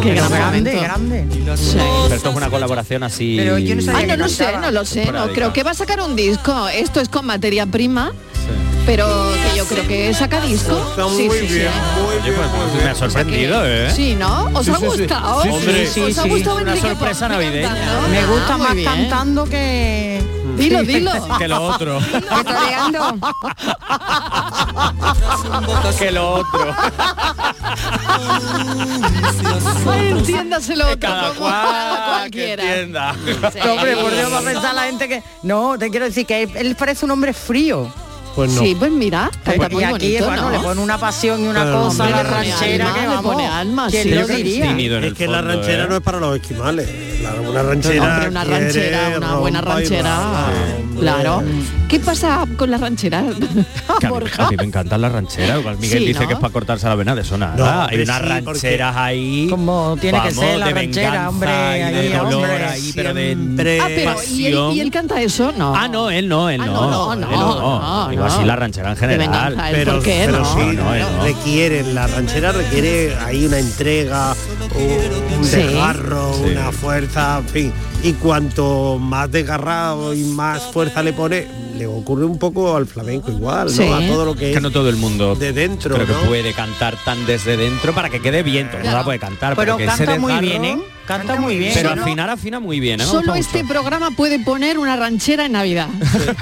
S5: Qué gran
S7: Grande,
S5: momento. Sí.
S7: Pero esto es una colaboración así.
S5: Pero yo no Ay, Ah, no lo sé, no lo sé. No,
S7: Esporádica.
S5: creo que va a sacar un disco. Esto es con materia prima. Pero que yo creo que saca disco. Sí, sí, sí.
S7: Oye, pues, me ha sorprendido, ¿eh?
S5: Sí, ¿no? ¿Os
S7: Sí,
S5: ha
S7: sí, sí.
S5: gustado?
S7: Sí, sí,
S5: Hombre,
S7: sí,
S5: ¿Os ha
S7: sí.
S5: gustado
S7: Una
S5: Enrique
S7: sorpresa
S5: Ponce
S7: navideña.
S5: cantando?
S9: Me
S5: Ah,
S9: gusta
S5: muy
S9: más
S5: bien.
S9: cantando que...
S5: Dilo, dilo.
S7: Que lo otro. que lo otro.
S5: Ay, entiéndaselo otro.
S7: Cada
S5: como
S7: cual que
S5: cualquiera.
S7: entienda.
S9: No, hombre, por Dios, va a pensar la gente que... No, te quiero decir que él, él parece un hombre frío.
S5: Pues no. Sí, pues mira, canta muy
S9: y aquí
S5: bonito,
S9: bueno,
S5: ¿no?
S9: le pone una pasión y una
S5: Claro,
S9: cosa a
S5: hombre,
S9: la
S5: le pone
S9: ranchera
S5: alma,
S9: que
S5: le
S9: vamos.
S5: pone alma,
S9: ¿Quién
S5: sí.
S9: lo
S5: Yo creo que
S9: diría?
S7: tímido en
S8: es
S7: el
S8: que la
S7: fondo,
S8: ranchera
S7: ¿eh?
S8: no es para los esquimales. La- una ranchera.
S5: Hombre, una
S8: quiere
S5: ranchera, una buena
S8: rompa y
S5: ranchera.
S8: baila, hombre.
S5: Claro. ¿Qué pasa con la ranchera?
S7: Que a, mí,
S5: Borja?
S7: a mí me encantan las rancheras. Igual Miguel
S5: Sí,
S7: dice
S5: ¿no?
S7: que es para cortarse la vena de eso nada.
S8: No,
S7: Hay
S8: hombre,
S7: unas
S8: sí,
S7: rancheras
S8: porque-
S7: ahí.
S9: Como tiene que
S7: vamos,
S9: ser la
S7: de
S9: ranchera,
S7: venganza
S9: hombre,
S7: y de
S9: ahí,
S7: dolor
S9: hombre,
S7: ahí, pero de
S5: Ah, pero ¿y él,
S7: pasión.
S5: y él canta eso? No.
S7: Ah, no, él no, él
S5: Ah,
S7: no.
S5: no, no,
S7: él
S5: no, no,
S7: Digo
S5: no.
S7: así la ranchera en general.
S5: venganza, él, Pero- ¿por qué?
S8: Pero
S5: No,
S8: sí,
S7: no, él no.
S8: requiere, la ranchera requiere ahí una entrega, un
S5: Sí.
S8: desgarro,
S7: Sí.
S8: una fuerza, en fin. Y cuanto más desgarrado y más fuerza le pone, le ocurre un poco al flamenco igual,
S7: Sí.
S8: ¿no? A todo lo que
S7: Que no todo el mundo
S8: de dentro,
S7: creo que
S8: ¿no?
S7: puede cantar tan desde dentro para que quede bien. Todo el mundo la puede cantar, pero,
S9: Pero
S7: que ese
S9: canta muy
S7: desgarro-
S9: bien, ¿eh? Canta muy bien.
S7: Pero
S9: ¿no?
S7: afinar afina muy bien. ¿eh? Me
S5: Solo
S7: gusta
S5: este programa puede poner una ranchera en Navidad.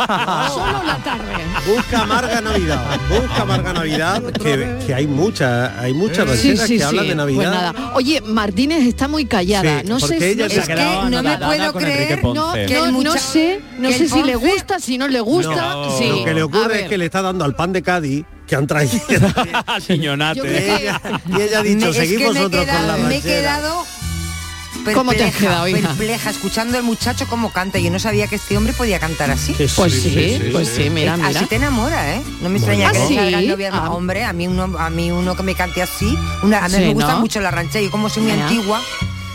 S5: Solo la tarde.
S8: Busca amarga Navidad, busca amarga Navidad, que, que hay muchas, hay muchas
S5: Sí,
S8: rancheras
S5: sí,
S8: que hablan
S5: sí.
S8: de
S5: Pues
S8: Navidad.
S5: nada. Oye, Martínez está muy callada.
S8: Sí,
S5: no sé
S8: porque
S5: si
S8: ella se ha
S5: es que
S8: quedado
S5: no me
S8: anonadada
S5: puedo
S8: con Enrique
S5: creer.
S8: Ponce.
S5: No,
S8: Que
S5: no,
S10: el
S5: no
S10: mucha-
S5: sé, no
S10: que el
S5: sé si le
S10: Ponce-
S5: gusta, si no le gusta.
S8: No,
S5: sí.
S8: Lo que le
S5: A
S8: ocurre es
S5: ver.
S8: que le está dando al pan de Cádiz que han traído.
S7: al piñonate.
S5: Yo creo que-
S8: y ella ha dicho,
S10: Me- es que
S8: seguimos
S10: me he
S8: vosotros con la
S10: quedado- Me he
S8: ranchera.
S10: quedado perpleja,
S5: ¿Cómo te has quedado, hija?
S10: perpleja, escuchando al muchacho cómo canta. Yo no sabía que este hombre podía cantar así. Eh,
S5: Que Pues sí, sí, sí, sí, pues sí, sí. mira, mira.
S10: Así te enamora, ¿eh? No me extraña
S5: ¿Ah,
S10: que
S5: sí?
S10: tenga gran novia.
S5: Ah.
S10: Hombre, a mí, uno, a mí uno que me cante así, una, a mí
S5: Sí,
S10: me gusta
S5: ¿no?
S10: mucho la ranchera. Yo como soy muy
S5: Mira.
S10: antigua,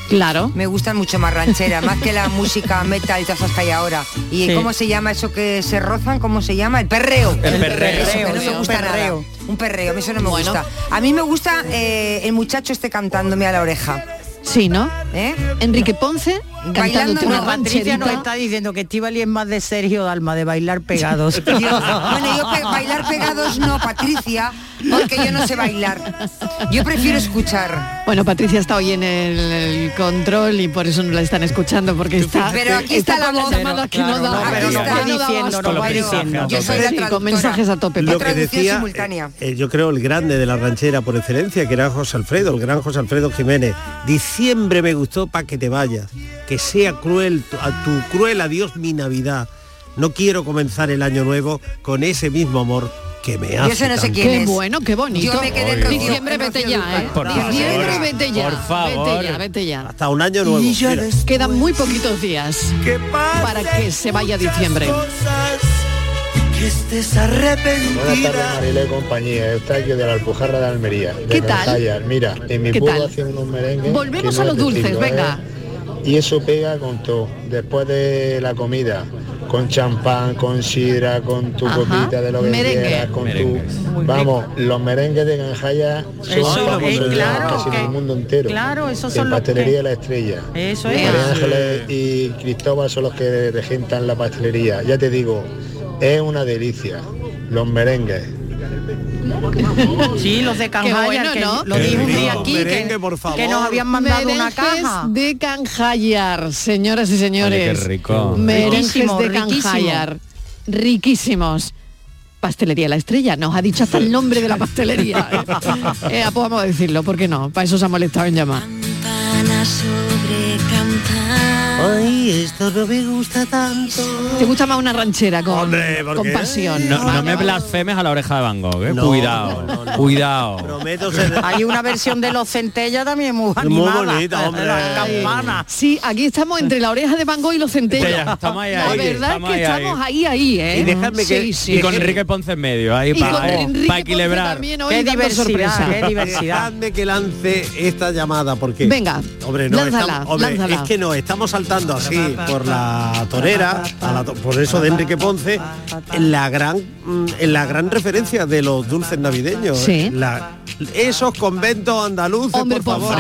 S5: Claro.
S10: me gustan mucho más ranchera, más que la música metal y todas esas que hay ahora. ¿Y
S5: Sí.
S10: cómo se llama eso que se rozan? ¿Cómo se llama? El perreo.
S7: El perreo.
S10: Eso que no me
S7: Perreo.
S10: gusta nada.
S7: Perreo.
S10: Un perreo, a mí eso no me
S5: Bueno.
S10: gusta. A mí me gusta eh, el muchacho este cantándome a la oreja.
S5: Sí, ¿no?
S10: ¿Eh?
S5: Enrique Ponce
S9: Bailando
S5: cantándote una
S9: no, Patricia nos
S5: rancherita.
S9: está diciendo que Estivali es más de Sergio Dalma, de bailar pegados.
S10: Bueno, yo pe- bailar pegados no, Patricia, porque yo no sé bailar. Yo prefiero escuchar.
S5: Bueno, Patricia está hoy en el, el control y por eso no la están escuchando porque está.
S10: Pero aquí está, la
S5: con las
S10: voz.
S5: llamadas que Ah, no da-
S9: no, pero
S5: aquí
S9: no
S5: está,
S9: va
S5: da
S9: diciendo,
S5: abasto.
S9: no va Pero diciendo.
S5: Yo soy
S10: la
S5: Sí, con
S10: traductora.
S5: mensajes a tope.
S8: Lo que
S5: Patricia.
S10: Traducción
S8: decía,
S10: simultánea.
S8: eh, yo creo el grande de la ranchera por excelencia, que era José Alfredo, el gran José Alfredo Jiménez. Diciembre me gustó para que te vayas. Que sea cruel, tu- a tu cruel adiós mi Navidad. No quiero comenzar el año nuevo con ese mismo amor que me hace.
S10: Yo sé no sé
S8: tan-
S10: quién
S5: Qué
S10: es.
S5: bueno, qué bonito.
S10: Yo me quedé con
S5: Diciembre, vete ya, ¿eh?
S7: Por favor.
S5: Diciembre, vete ya.
S7: Por favor.
S5: Vete ya, vete ya.
S8: Hasta un año nuevo. mira.
S5: Quedan muy poquitos días para que se vaya diciembre.
S18: Que estés arrepentido.
S19: Buenas tardes, Marilé y compañía. Eustaquio de la Alpujarra de Almería. De
S5: ¿Qué tal?
S19: Cazallas. Mira, en mi
S5: ¿Qué
S19: pueblo
S5: tal?
S19: hacen unos merengues.
S5: Volvemos
S19: que no
S5: a los
S19: es de
S5: dulces,
S19: chico,
S5: venga.
S19: ¿eh? Y eso pega con todo. Después de la comida, con champán, con sidra, con tu
S5: Ajá.
S19: copita de lo que
S5: Merengue.
S19: quieras, con tu... Vamos, los merengues de Ganjaya son
S9: Eso, eh,
S19: famosos ya
S9: claro,
S19: casi
S9: que-
S19: en el mundo entero.
S9: claro, esos
S19: en
S9: son los que-
S19: pastelería La Estrella.
S9: Eso es.
S19: María Ángeles y Cristóbal son los que regentan la pastelería. Ya te digo, es una delicia. Los merengues.
S9: Sí, los de
S5: Qué
S9: Canjaya,
S5: bueno,
S9: que
S5: ¿no?
S9: lo dijo un día aquí,
S8: Merengue,
S9: que,
S8: por favor.
S9: que nos habían mandado una
S5: Merenjes
S9: caja.
S5: de canjallar, señoras y señores.
S7: Oye, qué rico.
S5: Merenjes
S9: Riquísimo,
S5: de
S9: riquísimo.
S5: canjallar. Riquísimos. Pastelería La Estrella, nos ha dicho hasta el nombre de la pastelería. eh, pues vamos a decirlo, ¿por qué no? Para eso se ha molestado en llamar.
S20: campana sobre campana.
S5: Ay, esto no me gusta tanto. ¿Te gusta más una ranchera con, con pasión?
S7: No, no me blasfemes a la oreja de Van Gogh, ¿eh? cuidado, cuidado.
S9: Hay una versión de los centellas también muy animada.
S7: bonita, hombre.
S9: Las campanas.
S5: Sí, aquí estamos entre la oreja de Van Gogh y los centellos.
S7: Centellas, estamos ahí,
S5: la
S7: ahí,
S5: verdad
S7: estamos
S5: es que
S7: ahí, ahí.
S5: estamos ahí, ahí, ¿eh?
S7: Y déjame que
S5: Sí, sí.
S7: y con Enrique Ponce en medio, ahí
S5: Y con
S7: para
S5: Enrique
S7: pa
S5: Ponce
S7: equilibrar.
S5: también hoy Qué dando diversidad, sorpresa. qué diversidad.
S8: Dejadme que lance esta llamada porque.
S5: Venga,
S8: Hombre, no,
S5: lánzala,
S8: estamos- hombre,
S5: lánzala.
S8: es que no, estamos saltando así por la torera, a la to- por eso de Enrique Ponce, en la gran, mm, en la gran referencia de los dulces navideños.
S5: Sí.
S8: La- esos conventos andaluces, por, favor.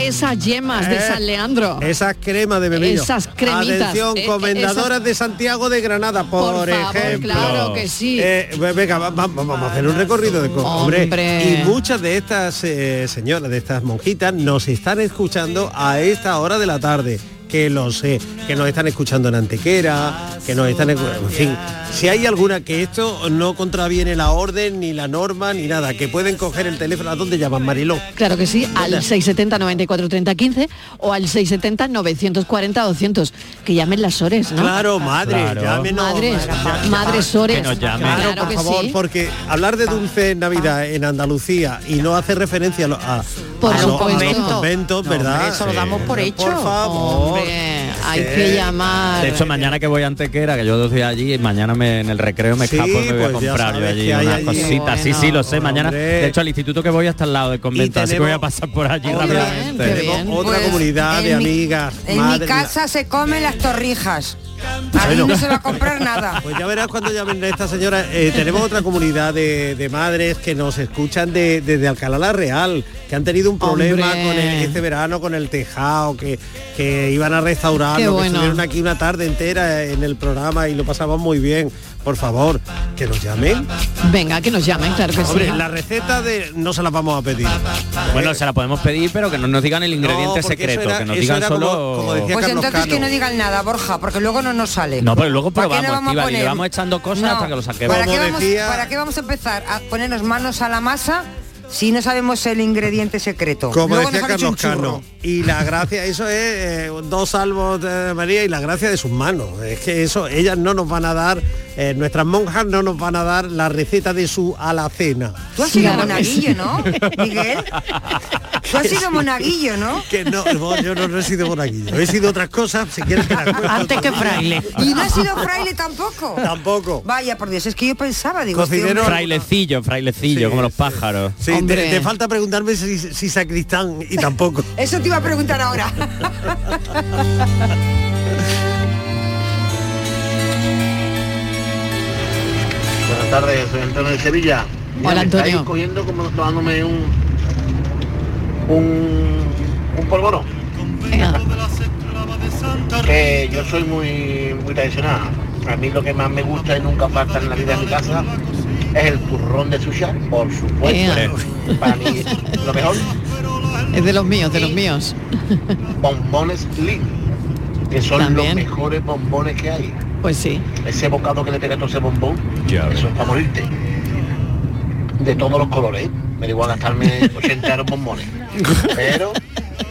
S5: Esas yemas de
S8: Eh,
S5: San Leandro.
S8: Esas cremas de bebé.
S5: Esas cremitas,
S8: Atención,
S5: eh,
S8: comendadoras
S5: esas-
S8: de Santiago de Granada, por,
S5: Por favor,
S8: ejemplo.
S5: claro que sí.
S8: Eh, ve- venga, va- va- vamos a hacer un recorrido de co- hombre.
S5: Hombre.
S8: Y muchas de estas eh, señoras, de estas monjitas, nos están escuchando a esta hora de la tarde. Que lo sé, que nos están escuchando en Antequera, que nos están... escu- En fin, si hay alguna que esto no contraviene la orden, ni la norma, ni nada, que pueden coger el teléfono, ¿a dónde llaman, Mariló?
S5: eh, Claro que sí, al 670 94 30 15 o al 670 940 200, que llamen las horas, ¿no?
S8: Claro, madre,
S5: Claro.
S8: llámenos.
S5: Madres,
S8: Ya-
S5: madres
S8: ya-
S5: sores. Claro,
S8: Claro, por
S5: que
S8: favor,
S5: sí.
S8: porque hablar de dulce en Navidad en Andalucía y no hace referencia a, lo- a-
S5: Por
S8: a lo- a los
S5: supuesto.
S8: conventos, ¿verdad?
S9: Eso lo damos por hecho.
S8: Por favor.
S5: Hombre, hay que llamar.
S7: De hecho, mañana que voy a Antequera, que yo dos días allí, y mañana me, en el recreo me
S8: Sí,
S7: escapo y me voy a
S8: pues ya
S7: comprar yo
S8: sabes
S7: allí
S8: que hay
S7: unas
S8: allí.
S7: cositas. Sí,
S8: Bueno,
S7: sí, lo sé. Mañana,
S8: hombre.
S7: de hecho, al instituto que voy hasta al lado del convento, así que voy a pasar por allí rápidamente.
S8: Tenemos otra comunidad de
S10: en mi-
S8: amigas.
S10: En
S8: madre-
S10: mi casa se comen las torrijas.
S8: Bueno.
S10: No se va a comprar nada.
S8: Pues ya verás cuando llamen a esta señora. Eh, tenemos otra comunidad de, de madres que nos escuchan de- desde Alcalá la Real, que han tenido un problema
S5: Hombre.
S8: con el- este verano con el tejado, que, que iban a restaurarlo,
S5: Qué
S8: que
S5: bueno.
S8: estuvieron aquí una tarde entera en el programa y lo pasaban muy bien. Por favor, que nos llamen.
S5: Venga, que nos llamen, claro que
S8: Hombre,
S5: sí.
S8: la receta de no se la vamos a pedir.
S7: Bueno, se la podemos pedir, pero que no nos digan el ingrediente
S8: porque eso
S7: secreto,
S8: era-
S7: que nos
S8: eso
S7: digan
S8: era
S7: solo...
S8: como- como decía
S10: Pues
S8: Carlos
S10: entonces que
S8: Cano.
S10: no digan nada, Borja, porque luego no nos sale.
S7: No, pero luego
S10: ¿Para qué le
S7: probamos,
S10: vamos a
S7: Estíbaliz, le
S10: poner?
S7: vamos echando cosas hasta que lo saquemos.
S10: ¿Para qué, vamos, para qué vamos a empezar a ponernos manos a la masa si no sabemos el ingrediente secreto?
S8: Como
S10: Luego
S8: decía
S10: nos han hecho
S8: Carlos
S10: un
S8: Cano. Y la gracia, eso es eh, dos salvos de María y la gracia de sus manos. Es que eso, ellas no nos van a dar, eh, nuestras monjas no nos van a dar la receta de su alacena.
S10: Tú has sido monaguillo, ¿no, Miguel? Tú has sido monaguillo, ¿no?
S8: Que no, no, yo no, no he sido monaguillo. He sido otras cosas, si quieres que las cuento.
S9: Antes que fraile.
S10: Y no ha sido fraile tampoco.
S8: Tampoco.
S10: Vaya, por Dios, es que yo pensaba, digo, este
S7: Cocinero,
S10: hombre-
S7: frailecillo, frailecillo, como los pájaros.
S8: Sí, te- te, falta preguntarme si, si sacristán y tampoco.
S10: Eso te iba a preguntar ahora.
S20: Buenas tardes, soy Antonio de Sevilla.
S5: Hola,
S20: me estáis
S5: Antonio.
S20: cogiendo como tomándome un un, un polvorón. Que yo soy muy, muy tradicional. A mí lo que más me gusta y nunca falta en la vida de mi casa es el turrón de sushar, por supuesto.
S5: Ea.
S20: Para mí lo mejor,
S5: Es de los míos, de los míos.
S20: bombones Lin, que son los
S5: También.
S20: mejores bombones que hay.
S5: Pues sí.
S20: Ese bocado que le pega todo ese bombón,
S7: Ya ves.
S20: eso es para morirte. De todos los colores, ¿eh? me da igual gastarme 80 euros en bombones. Pero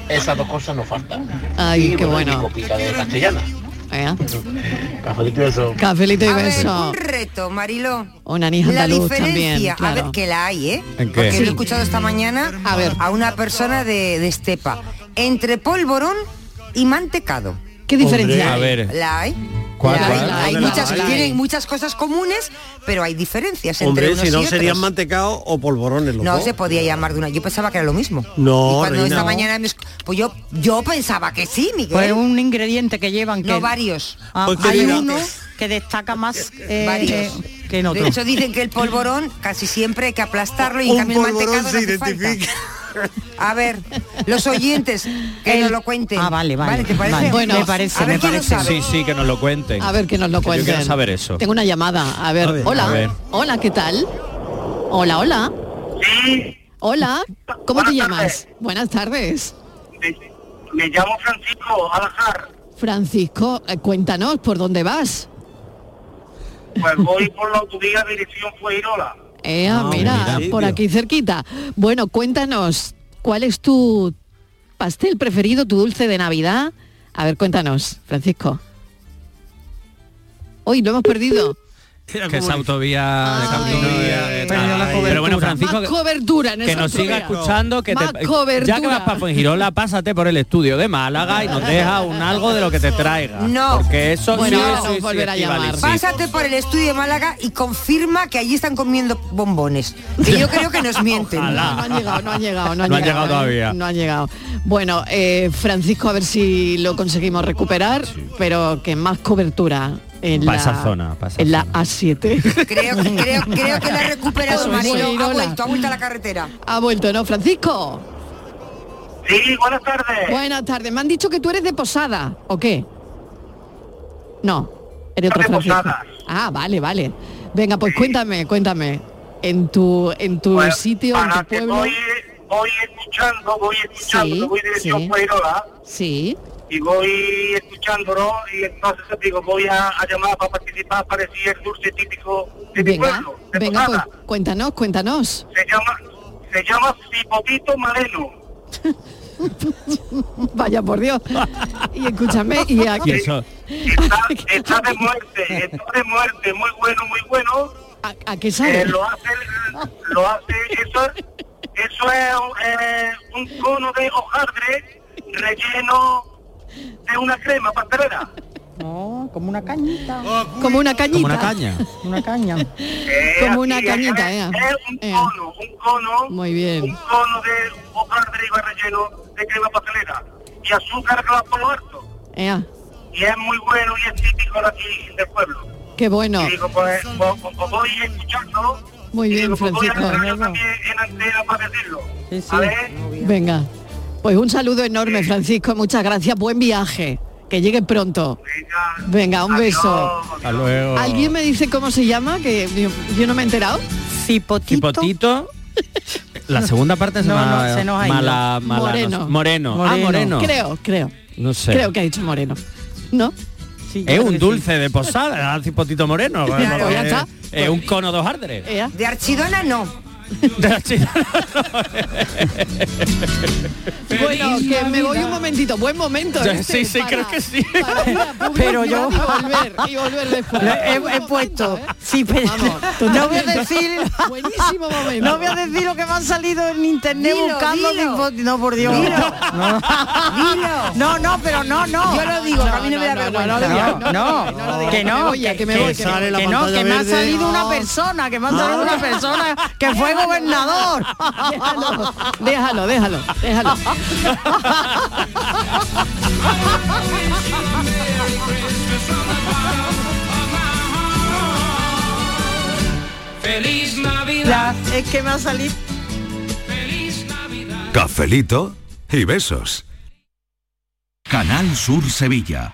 S20: esas dos cosas no faltan.
S5: Ay,
S20: Y,
S5: qué
S20: y
S5: bueno.
S20: copita de castellana.
S5: Ea.
S20: Cafelito y beso.
S5: Cafelito y
S10: A ver,
S5: beso.
S10: un reto, Marilo.
S5: Una anís
S10: La
S5: andaluz
S10: diferencia,
S5: también,
S10: a
S5: claro.
S10: ver, que la hay, ¿eh?
S5: ¿En qué?
S10: Porque
S5: Sí.
S10: lo he escuchado esta mañana a, ver. a una persona de, de Estepa. Entre polvorón y mantecado.
S5: ¿Qué diferencia
S7: Hombre, hay? a ver.
S10: La hay.
S7: ¿Cuál,
S10: La hay,
S7: cuál?
S10: la hay.
S7: La
S10: muchas,
S7: hay.
S10: tienen muchas cosas comunes, pero hay diferencias entre
S8: Hombre,
S10: unos
S8: si no
S10: y otros.
S8: serían mantecados o polvorones los
S10: No
S8: dos.
S10: se podía llamar de una. Yo pensaba que era lo mismo.
S8: No,
S10: Y cuando
S8: reina.
S10: esta mañana me escu- pues yo yo pensaba que sí, Miguel.
S9: Pues un ingrediente que llevan que
S10: No, varios.
S9: Ah,
S10: Pues que
S9: hay
S10: diga-
S9: uno que destaca más eh,
S10: Varios.
S9: que- que en otro.
S10: De hecho dicen que el polvorón casi siempre hay que aplastarlo y en
S9: Un
S10: cambio el
S9: polvorón
S10: mantecado no
S9: se
S10: hace falta. A ver, los oyentes que
S9: El-
S10: nos lo cuenten.
S9: Ah, vale, vale,
S10: ¿te parece?
S9: vale. Bueno,
S10: me parece,
S7: A ver
S10: me
S7: quién lo
S10: parece.
S7: sabe. Sí, sí, que nos lo cuenten.
S5: A ver que nos lo
S7: Que Yo
S5: cuenten.
S7: quiero saber eso.
S5: Tengo una llamada. A ver,
S7: A ver,
S5: hola.
S7: a ver.
S5: Hola, ¿qué tal? Hola, hola. Hola, ¿cómo te llamas? Buenas tardes.
S15: Me llamo Francisco Alajar.
S5: Francisco, eh, cuéntanos por dónde vas.
S15: Pues voy por la autovía dirección Fueirola.
S5: Eh,
S15: Ah,
S5: mira,
S15: mira,
S5: por
S15: tío.
S5: aquí cerquita. Bueno, cuéntanos, ¿cuál es tu pastel preferido, tu dulce de Navidad? A ver, cuéntanos, Francisco. Hoy lo hemos perdido.
S7: que es autovía de camino eh, tal. pero bueno Francisco
S5: Más
S7: que-
S5: cobertura en
S7: que
S5: esa
S7: nos siga
S5: autovía.
S7: escuchando que te-
S5: Más cobertura.
S7: ya que vas para Fuengirola pásate por el estudio de Málaga y nos deja un algo de lo que te traiga
S10: No.
S7: porque eso
S10: Bueno,
S7: sí,
S10: ahora
S7: sí,
S10: nos
S7: sí,
S10: volverá a
S7: Estivali, sí.
S10: Pásate por el estudio de Málaga y confirma que allí están comiendo bombones. Que yo creo que nos mienten.
S5: No, no han llegado, no han llegado, no han
S10: No
S5: llegado,
S10: han llegado
S5: ¿eh?
S10: todavía.
S5: No han llegado. Bueno, eh, Francisco, a ver si lo conseguimos recuperar, pero que más cobertura en
S7: Pa'
S5: la
S7: esa zona, pa' esa
S5: en la A7.
S10: Creo, creo, creo que la ha recuperado
S5: Eso es
S10: Mariló. Ha
S5: Fuengirola.
S10: vuelto, ha vuelto a la carretera.
S5: ha vuelto, ¿no, Francisco?
S15: Sí, buenas tardes.
S5: Buenas tardes. Me han dicho que tú eres de Posada, ¿o qué? No, eres otro Francisco. Ah, vale, vale. Venga, pues cuéntame, cuéntame. En tu en tu
S15: Bueno,
S5: sitio, en
S15: Pues, para
S5: tu
S15: que
S5: pueblo.
S15: voy, voy escuchando, voy escuchando,
S5: Sí,
S15: voy dirección
S5: sí.
S15: Fuengirola
S5: Sí.
S15: y voy escuchándolo y entonces digo, voy a, a llamar para participar para decir el dulce típico de mi
S5: Venga,
S15: pueblo. de
S5: venga, pues
S15: Posada.
S5: cuéntanos, cuéntanos.
S15: Se llama, se llama Cipotito Maleno.
S5: Vaya por Dios. Y escúchame, y aquí.
S15: Y eso- Está, está de muerte, está de muerte, muy bueno, muy bueno.
S5: ¿A, qué sabe?
S15: Eh, lo hace, lo hace, eso, eso es eh, un cono de hojaldre relleno de una crema pastelera.
S9: No, como una cañita.
S5: Como una cañita.
S7: Como una caña.
S9: Una caña.
S15: Eh,
S5: Como una
S15: así,
S5: cañita,
S15: es,
S5: ¿eh?
S15: es un cono, un cono.
S5: Muy bien.
S15: Un cono de hojaldre y relleno de crema pastelera. Y azúcar que va por lo alto.
S5: Ea,
S15: Y es muy bueno y es típico de aquí del pueblo.
S5: qué bueno.
S15: Y digo, pues, pues, pues, pues voy escuchando.
S5: Muy bien, Francisco.
S15: A ver,
S5: Venga. Pues un saludo enorme, Francisco. Muchas gracias. Buen viaje. Que llegue pronto. Venga, un beso.
S7: hasta luego
S5: ¿Alguien me dice cómo se llama? Que yo, yo no me he enterado.
S9: Cipotito.
S7: Cipotito. la segunda parte es
S5: No,
S7: ma-
S5: no, se nos ha ido.
S7: mala, mala-
S5: Moreno.
S7: no sé. moreno Ah, moreno
S5: Creo, creo.
S7: no sé
S5: Creo que ha dicho Moreno. ¿No?
S7: es un dulce de posada, al cipotito moreno.
S5: Claro, ya
S7: Es-
S5: está.
S7: Es un cono de hojaldre.
S10: De Archidona no.
S5: Bueno, que me voy un momentito. Buen momento.
S7: Ya,
S5: este,
S7: sí, sí, creo que sí.
S5: para ir a publicidad
S9: Pero yo-
S5: Y volver, y volver después. ¿eh?
S9: He, he puesto. Sí, pero no voy a decir.
S5: Buenísimo momento.
S9: No voy a decir lo que me han salido en internet
S10: Dilo,
S9: buscando
S10: dilo.
S9: tipo- No, por Dios.
S10: Dilo.
S9: No. No, no, pero no, no.
S10: Yo lo digo, que a mí no me da vergüenza.
S9: No, no, que no,
S5: ya, que me voy, que me voy.
S9: que no, que me ha salido una persona, que me ha salido una persona que fue gobernador.
S5: Déjalo, déjalo, déjalo, déjalo.
S18: Feliz Navidad.
S9: Es que me ha salido.
S2: Cafelito y besos. Canal Sur Sevilla.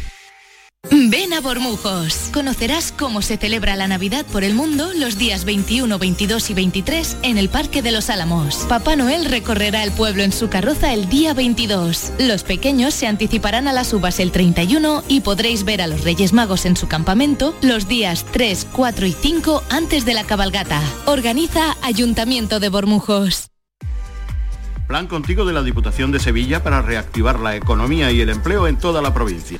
S21: Ven a Bormujos. Conocerás cómo se celebra la Navidad por el mundo los días 21, 22 y 23 en el Parque de los Álamos. Papá Noel recorrerá el pueblo en su carroza el día 22. Los pequeños se anticiparán a las uvas el 31 y podréis ver a los Reyes Magos en su campamento los días 3, 4 y 5 antes de la cabalgata. Organiza Ayuntamiento de Bormujos.
S22: Plan contigo de la Diputación de Sevilla para reactivar la economía y el empleo en toda la provincia.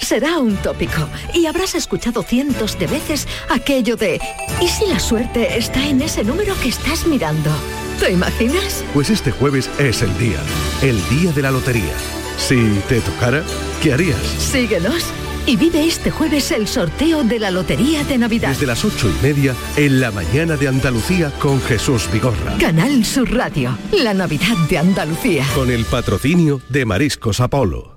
S23: Será un tópico y habrás escuchado cientos de veces aquello de ¿y si la suerte está en ese número que estás mirando? ¿Te imaginas?
S1: Pues este jueves es el día, el día de la lotería. Si te tocara, ¿qué harías?
S23: Síguenos y vive este jueves el sorteo de la Lotería de Navidad.
S1: Desde las ocho y media en la mañana de Andalucía con Jesús Vigorra.
S23: Canal Sur Radio, la Navidad de Andalucía.
S1: Con el patrocinio de Mariscos Apolo.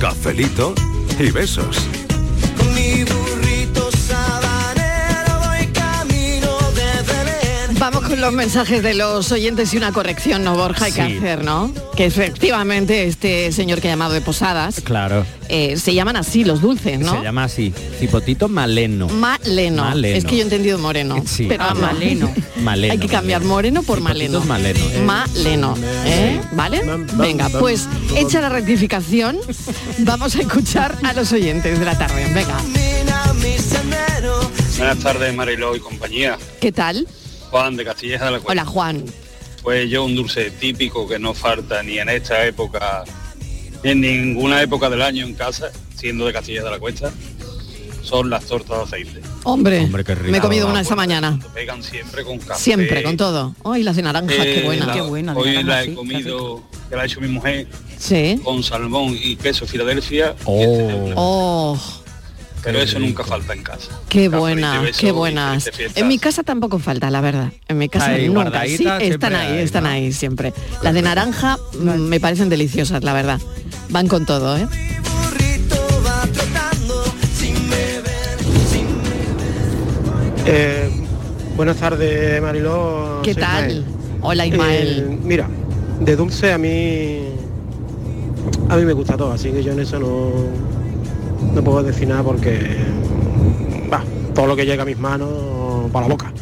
S1: Cafelito y besos.
S3: Con mi burrito sabanero voy camino de Belén.
S5: Vamos con los mensajes de los oyentes y una corrección, ¿no, Borja? Hay que
S7: Sí.
S5: hacer, ¿no? Que efectivamente este señor que ha llamado de Posadas,
S7: Claro.
S5: eh, se llaman así los dulces, ¿no?
S7: Se llama así. Cipotito maleno.
S5: Maleno.
S7: Maleno.
S5: Es que yo he entendido moreno.
S7: Sí.
S5: Pero
S7: Ah,
S5: no.
S7: maleno. Maleno,
S5: Hay que cambiar moreno por maleno.
S7: Cipotitos maleno, eh.
S5: Maleno. ¿eh? ¿Vale? Venga,
S7: bam,
S5: pues hecha la rectificación, vamos a escuchar a los oyentes de la tarde. Venga.
S3: Camina mi sendero.
S24: Buenas tardes, Mariló y compañía.
S5: ¿Qué tal?
S24: Juan de Castilleja de la Cuesta.
S5: Hola, Juan.
S24: Pues yo un dulce típico que no falta ni en esta época, ni en ninguna época del año en casa, siendo de Castilleja de la Cuesta, son las tortas de aceite.
S5: Hombre,
S24: Hombre, qué rico.
S5: me he comido una esta mañana.
S24: Pegan siempre con café.
S5: Siempre, con todo. Ay, las de naranjas,
S24: Eh,
S5: qué buena.
S24: la- Hoy la he comido, que la ha hecho mi mujer,
S5: Sí.
S24: con salmón y queso Filadelfia,
S5: Oh,
S24: pero eso nunca falta en casa.
S5: qué
S24: Cafelito y
S5: buena,
S24: besos
S5: qué
S24: y
S5: buenas.
S24: felices fiestas.
S5: En mi casa tampoco falta, la verdad. En mi casa
S24: Ahí,
S5: nunca.
S24: guardaditas,
S5: Sí, están
S24: siempre
S5: ahí,
S24: hay,
S5: están ahí siempre. Las de naranja mm, me parecen deliciosas, la verdad. Van con todo, ¿eh?
S25: Eh, buenas tardes, Mariló.
S5: ¿Qué
S25: Soy
S5: tal?
S25: Ismael.
S5: Hola, Ismael.
S25: Eh, mira, de dulce a mí a mí me gusta todo, así que yo en eso no no puedo decir nada porque va, todo lo que llega a mis manos para la boca.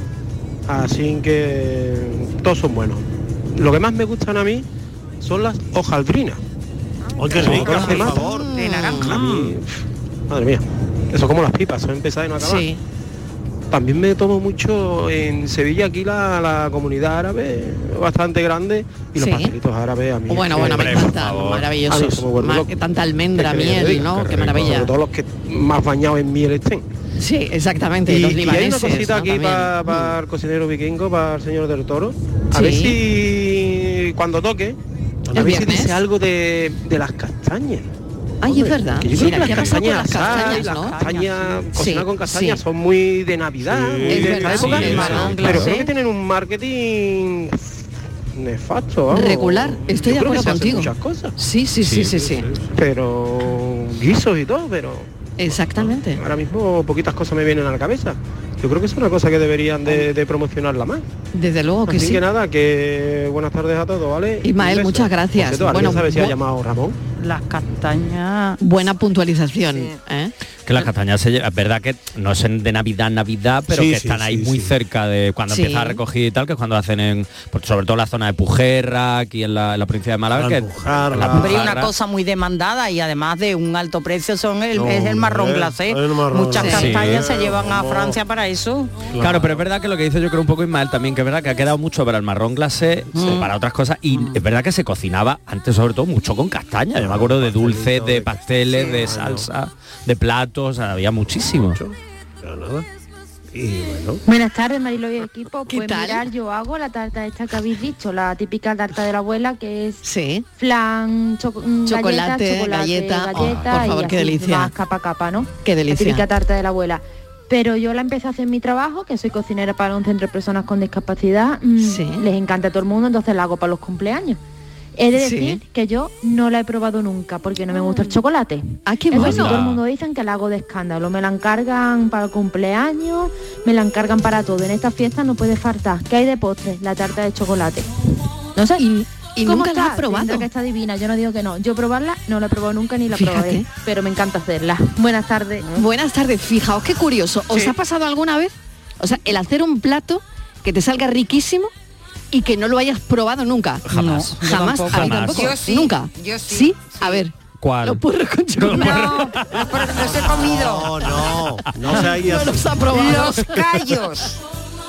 S25: Así que todos son buenos. Lo que más me gustan a mí son las hojaldrinas.
S8: ¡Ay, qué
S25: Son
S8: ricas,
S25: las
S8: por
S25: que matan.
S8: favor!
S25: De naranja. Madre mía, eso como las pipas, eso empezar y no acabar.
S5: Sí.
S25: También me tomo mucho en Sevilla, aquí la, la comunidad árabe es bastante grande y los
S5: Sí.
S25: pastelitos árabes a mí.
S5: Bueno, bueno, me encantan,
S25: Ah,
S5: maravillosos. Ma- que tanta almendra, miel, ¿no? Qué, maravilla.
S25: Sobre todo los que más bañados en miel estén.
S5: Sí, exactamente,
S25: y,
S5: los
S25: y hay una
S5: libaneses.
S25: cosita
S5: ¿no?
S25: aquí
S5: También. Mm.
S25: para el cocinero vikingo, para el señor del toro. A
S5: Sí.
S25: ver si cuando toque, a
S5: El
S25: ver si
S5: viernes.
S25: dice algo de, de las castañas.
S5: Ay, es verdad.
S25: Que yo creo
S5: Mira,
S25: que
S5: ¿qué Ah, ha
S25: las
S5: pasado con
S25: castañas,
S5: las castañas,
S25: ¿sabes?
S5: no?
S25: Las castañas, cocinar
S5: Sí,
S25: con castañas
S5: sí.
S25: son muy de Navidad,
S5: Sí.
S25: muy
S5: Es
S25: de
S5: verdad,
S25: esta época,
S5: sí, es verdad.
S25: pero creo
S5: Sí.
S25: que tienen un marketing nefasto, vamos.
S5: Regular, estoy
S25: Yo
S5: de
S25: creo que
S5: acuerdo
S25: se hacen
S5: contigo.
S25: muchas cosas.
S5: Sí, sí, sí, sí, sí.
S25: Pero guisos y todo, pero
S5: Exactamente.
S25: ahora mismo poquitas cosas me vienen a la cabeza. Yo creo que es una cosa que deberían de, de promocionarla más.
S5: Desde luego que
S25: Así
S5: sí.
S25: que nada, que buenas tardes a todos, ¿vale?
S5: Ismael,
S25: Un beso.
S5: muchas gracias.
S25: Por cierto, ¿alguien
S5: Bueno,
S25: sabe si ha
S5: bu-
S25: llamado Ramón?
S9: Las castañas.
S5: Buena puntualización. ¿eh?
S7: Que las castañas, se lle- es verdad que no son de Navidad, Navidad, pero
S4: Sí,
S7: que
S4: sí,
S7: están ahí
S4: sí,
S7: muy cerca de cuando
S4: Sí.
S7: empieza a recoger y tal, que es cuando hacen en, por- sobre todo en la zona de Pujerra, aquí en la, en la provincia de Málaga, que la
S9: Pero es una
S7: Pujarra-
S9: cosa muy demandada y además de un alto precio son el, es el marrón
S7: hombre,
S9: glacé.
S7: el marrón
S9: Muchas
S7: glacé.
S9: castañas
S7: Sí.
S9: se llevan a
S7: Vamos.
S9: Francia para eso.
S7: Claro, pero es verdad que lo que dice yo creo un poco Ismael también, que es verdad que ha quedado mucho para el marrón glacé, eh, para otras cosas, y es verdad que se cocinaba antes sobre todo mucho con castaña, yo me acuerdo de dulces, de pasteles, de salsa, de platos, había muchísimo.
S8: Y bueno.
S6: Buenas tardes, Marilo y equipo. Pues
S5: tal?
S6: mirar, yo hago la tarta esta que habéis dicho, la típica tarta de la abuela, que es flan, cho- mm, galletas,
S5: Chocolate, galleta. Oh,
S6: galleta
S5: por favor,
S6: y
S5: qué
S6: así,
S5: delicia.
S6: Más capa a capa, ¿no?
S5: Qué
S6: La típica
S5: delicia.
S6: tarta de la abuela. Pero yo la empecé a hacer en mi trabajo, que soy cocinera para un centro de personas con discapacidad. mm, Les encanta a todo el mundo, entonces la hago para los cumpleaños. He de
S5: Sí.
S6: decir que yo no la he probado nunca porque no me gusta el chocolate.
S5: Ah, qué
S6: Eso sí,
S5: bueno.
S6: todo el mundo dicen que la hago de escándalo. Me la encargan para el cumpleaños, me la encargan para todo. En esta fiesta no puede faltar. ¿Qué hay de postre? La tarta de chocolate. No sé. Y,
S5: y nunca la has probado.
S6: que está divina. Yo no digo que no. Yo probarla no la he probado nunca ni la probaré.
S5: Fíjate. Ah.
S6: Pero me encanta hacerla. Buenas tardes.
S5: Buenas tardes, fijaos qué curioso. ¿Os ha pasado alguna vez? O sea, el hacer un plato que te salga riquísimo y que no lo hayas probado nunca.
S7: Jamás.
S5: No, jamás, a
S7: Yo tampoco.
S5: mí
S7: Jamás.
S5: tampoco.
S7: Yo sí,
S5: Nunca.
S10: yo
S5: sí, A ver.
S7: ¿Cuál?
S5: Los purros con chocolate.
S10: Los he comido.
S8: No, no se haya-
S5: No los ha probado.
S10: Los callos.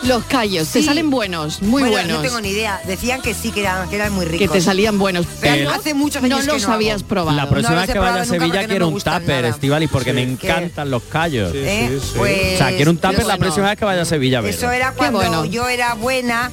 S5: Los callos, te
S10: Sí.
S5: salen buenos, muy
S10: Bueno,
S5: buenos.
S10: No tengo ni idea. Decían que sí, que eran, que eran muy ricos.
S5: que te salían buenos,
S10: Pero
S5: pero
S10: hace muchos años
S5: no
S10: que
S5: los
S10: no
S5: habías
S10: hago.
S5: probado.
S7: La
S10: No
S7: próxima
S10: los
S7: vez
S10: he
S7: que vaya a
S10: probado nunca
S7: Sevilla
S10: porque no
S7: quiero
S10: me
S7: un
S10: gustan
S7: tupper,
S10: nada.
S7: Estivalis, porque me
S10: que-
S7: encantan los callos.
S10: Eh, sí, sí. pues,
S7: o sea, quiero un tupper
S10: bueno.
S7: la próxima vez que vaya a Sevilla a ver.
S10: Eso era cuando
S5: bueno.
S10: yo era buena,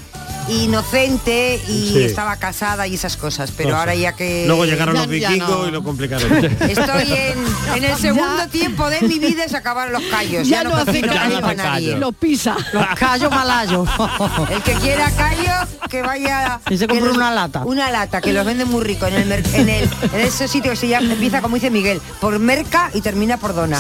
S10: inocente y
S7: Sí.
S10: estaba casada y esas cosas. Pero
S8: Cosas.
S10: ahora ya que...
S8: Luego llegaron los
S10: Ya- ya
S8: vikingos
S10: no.
S8: y lo complicaron.
S10: Estoy en, en el segundo tiempo de mi vida se acabaron los callos. Ya, no hace callo para nadie.
S5: Los pisa.
S9: Los callos malayos.
S10: El que quiera callos, que vaya...
S9: Y se
S10: que
S9: compra
S10: los-
S9: una lata.
S10: Una lata, que los venden muy rico en el, mer- en el en ese sitio que se llama, empieza como dice Miguel, por merca y termina por dona.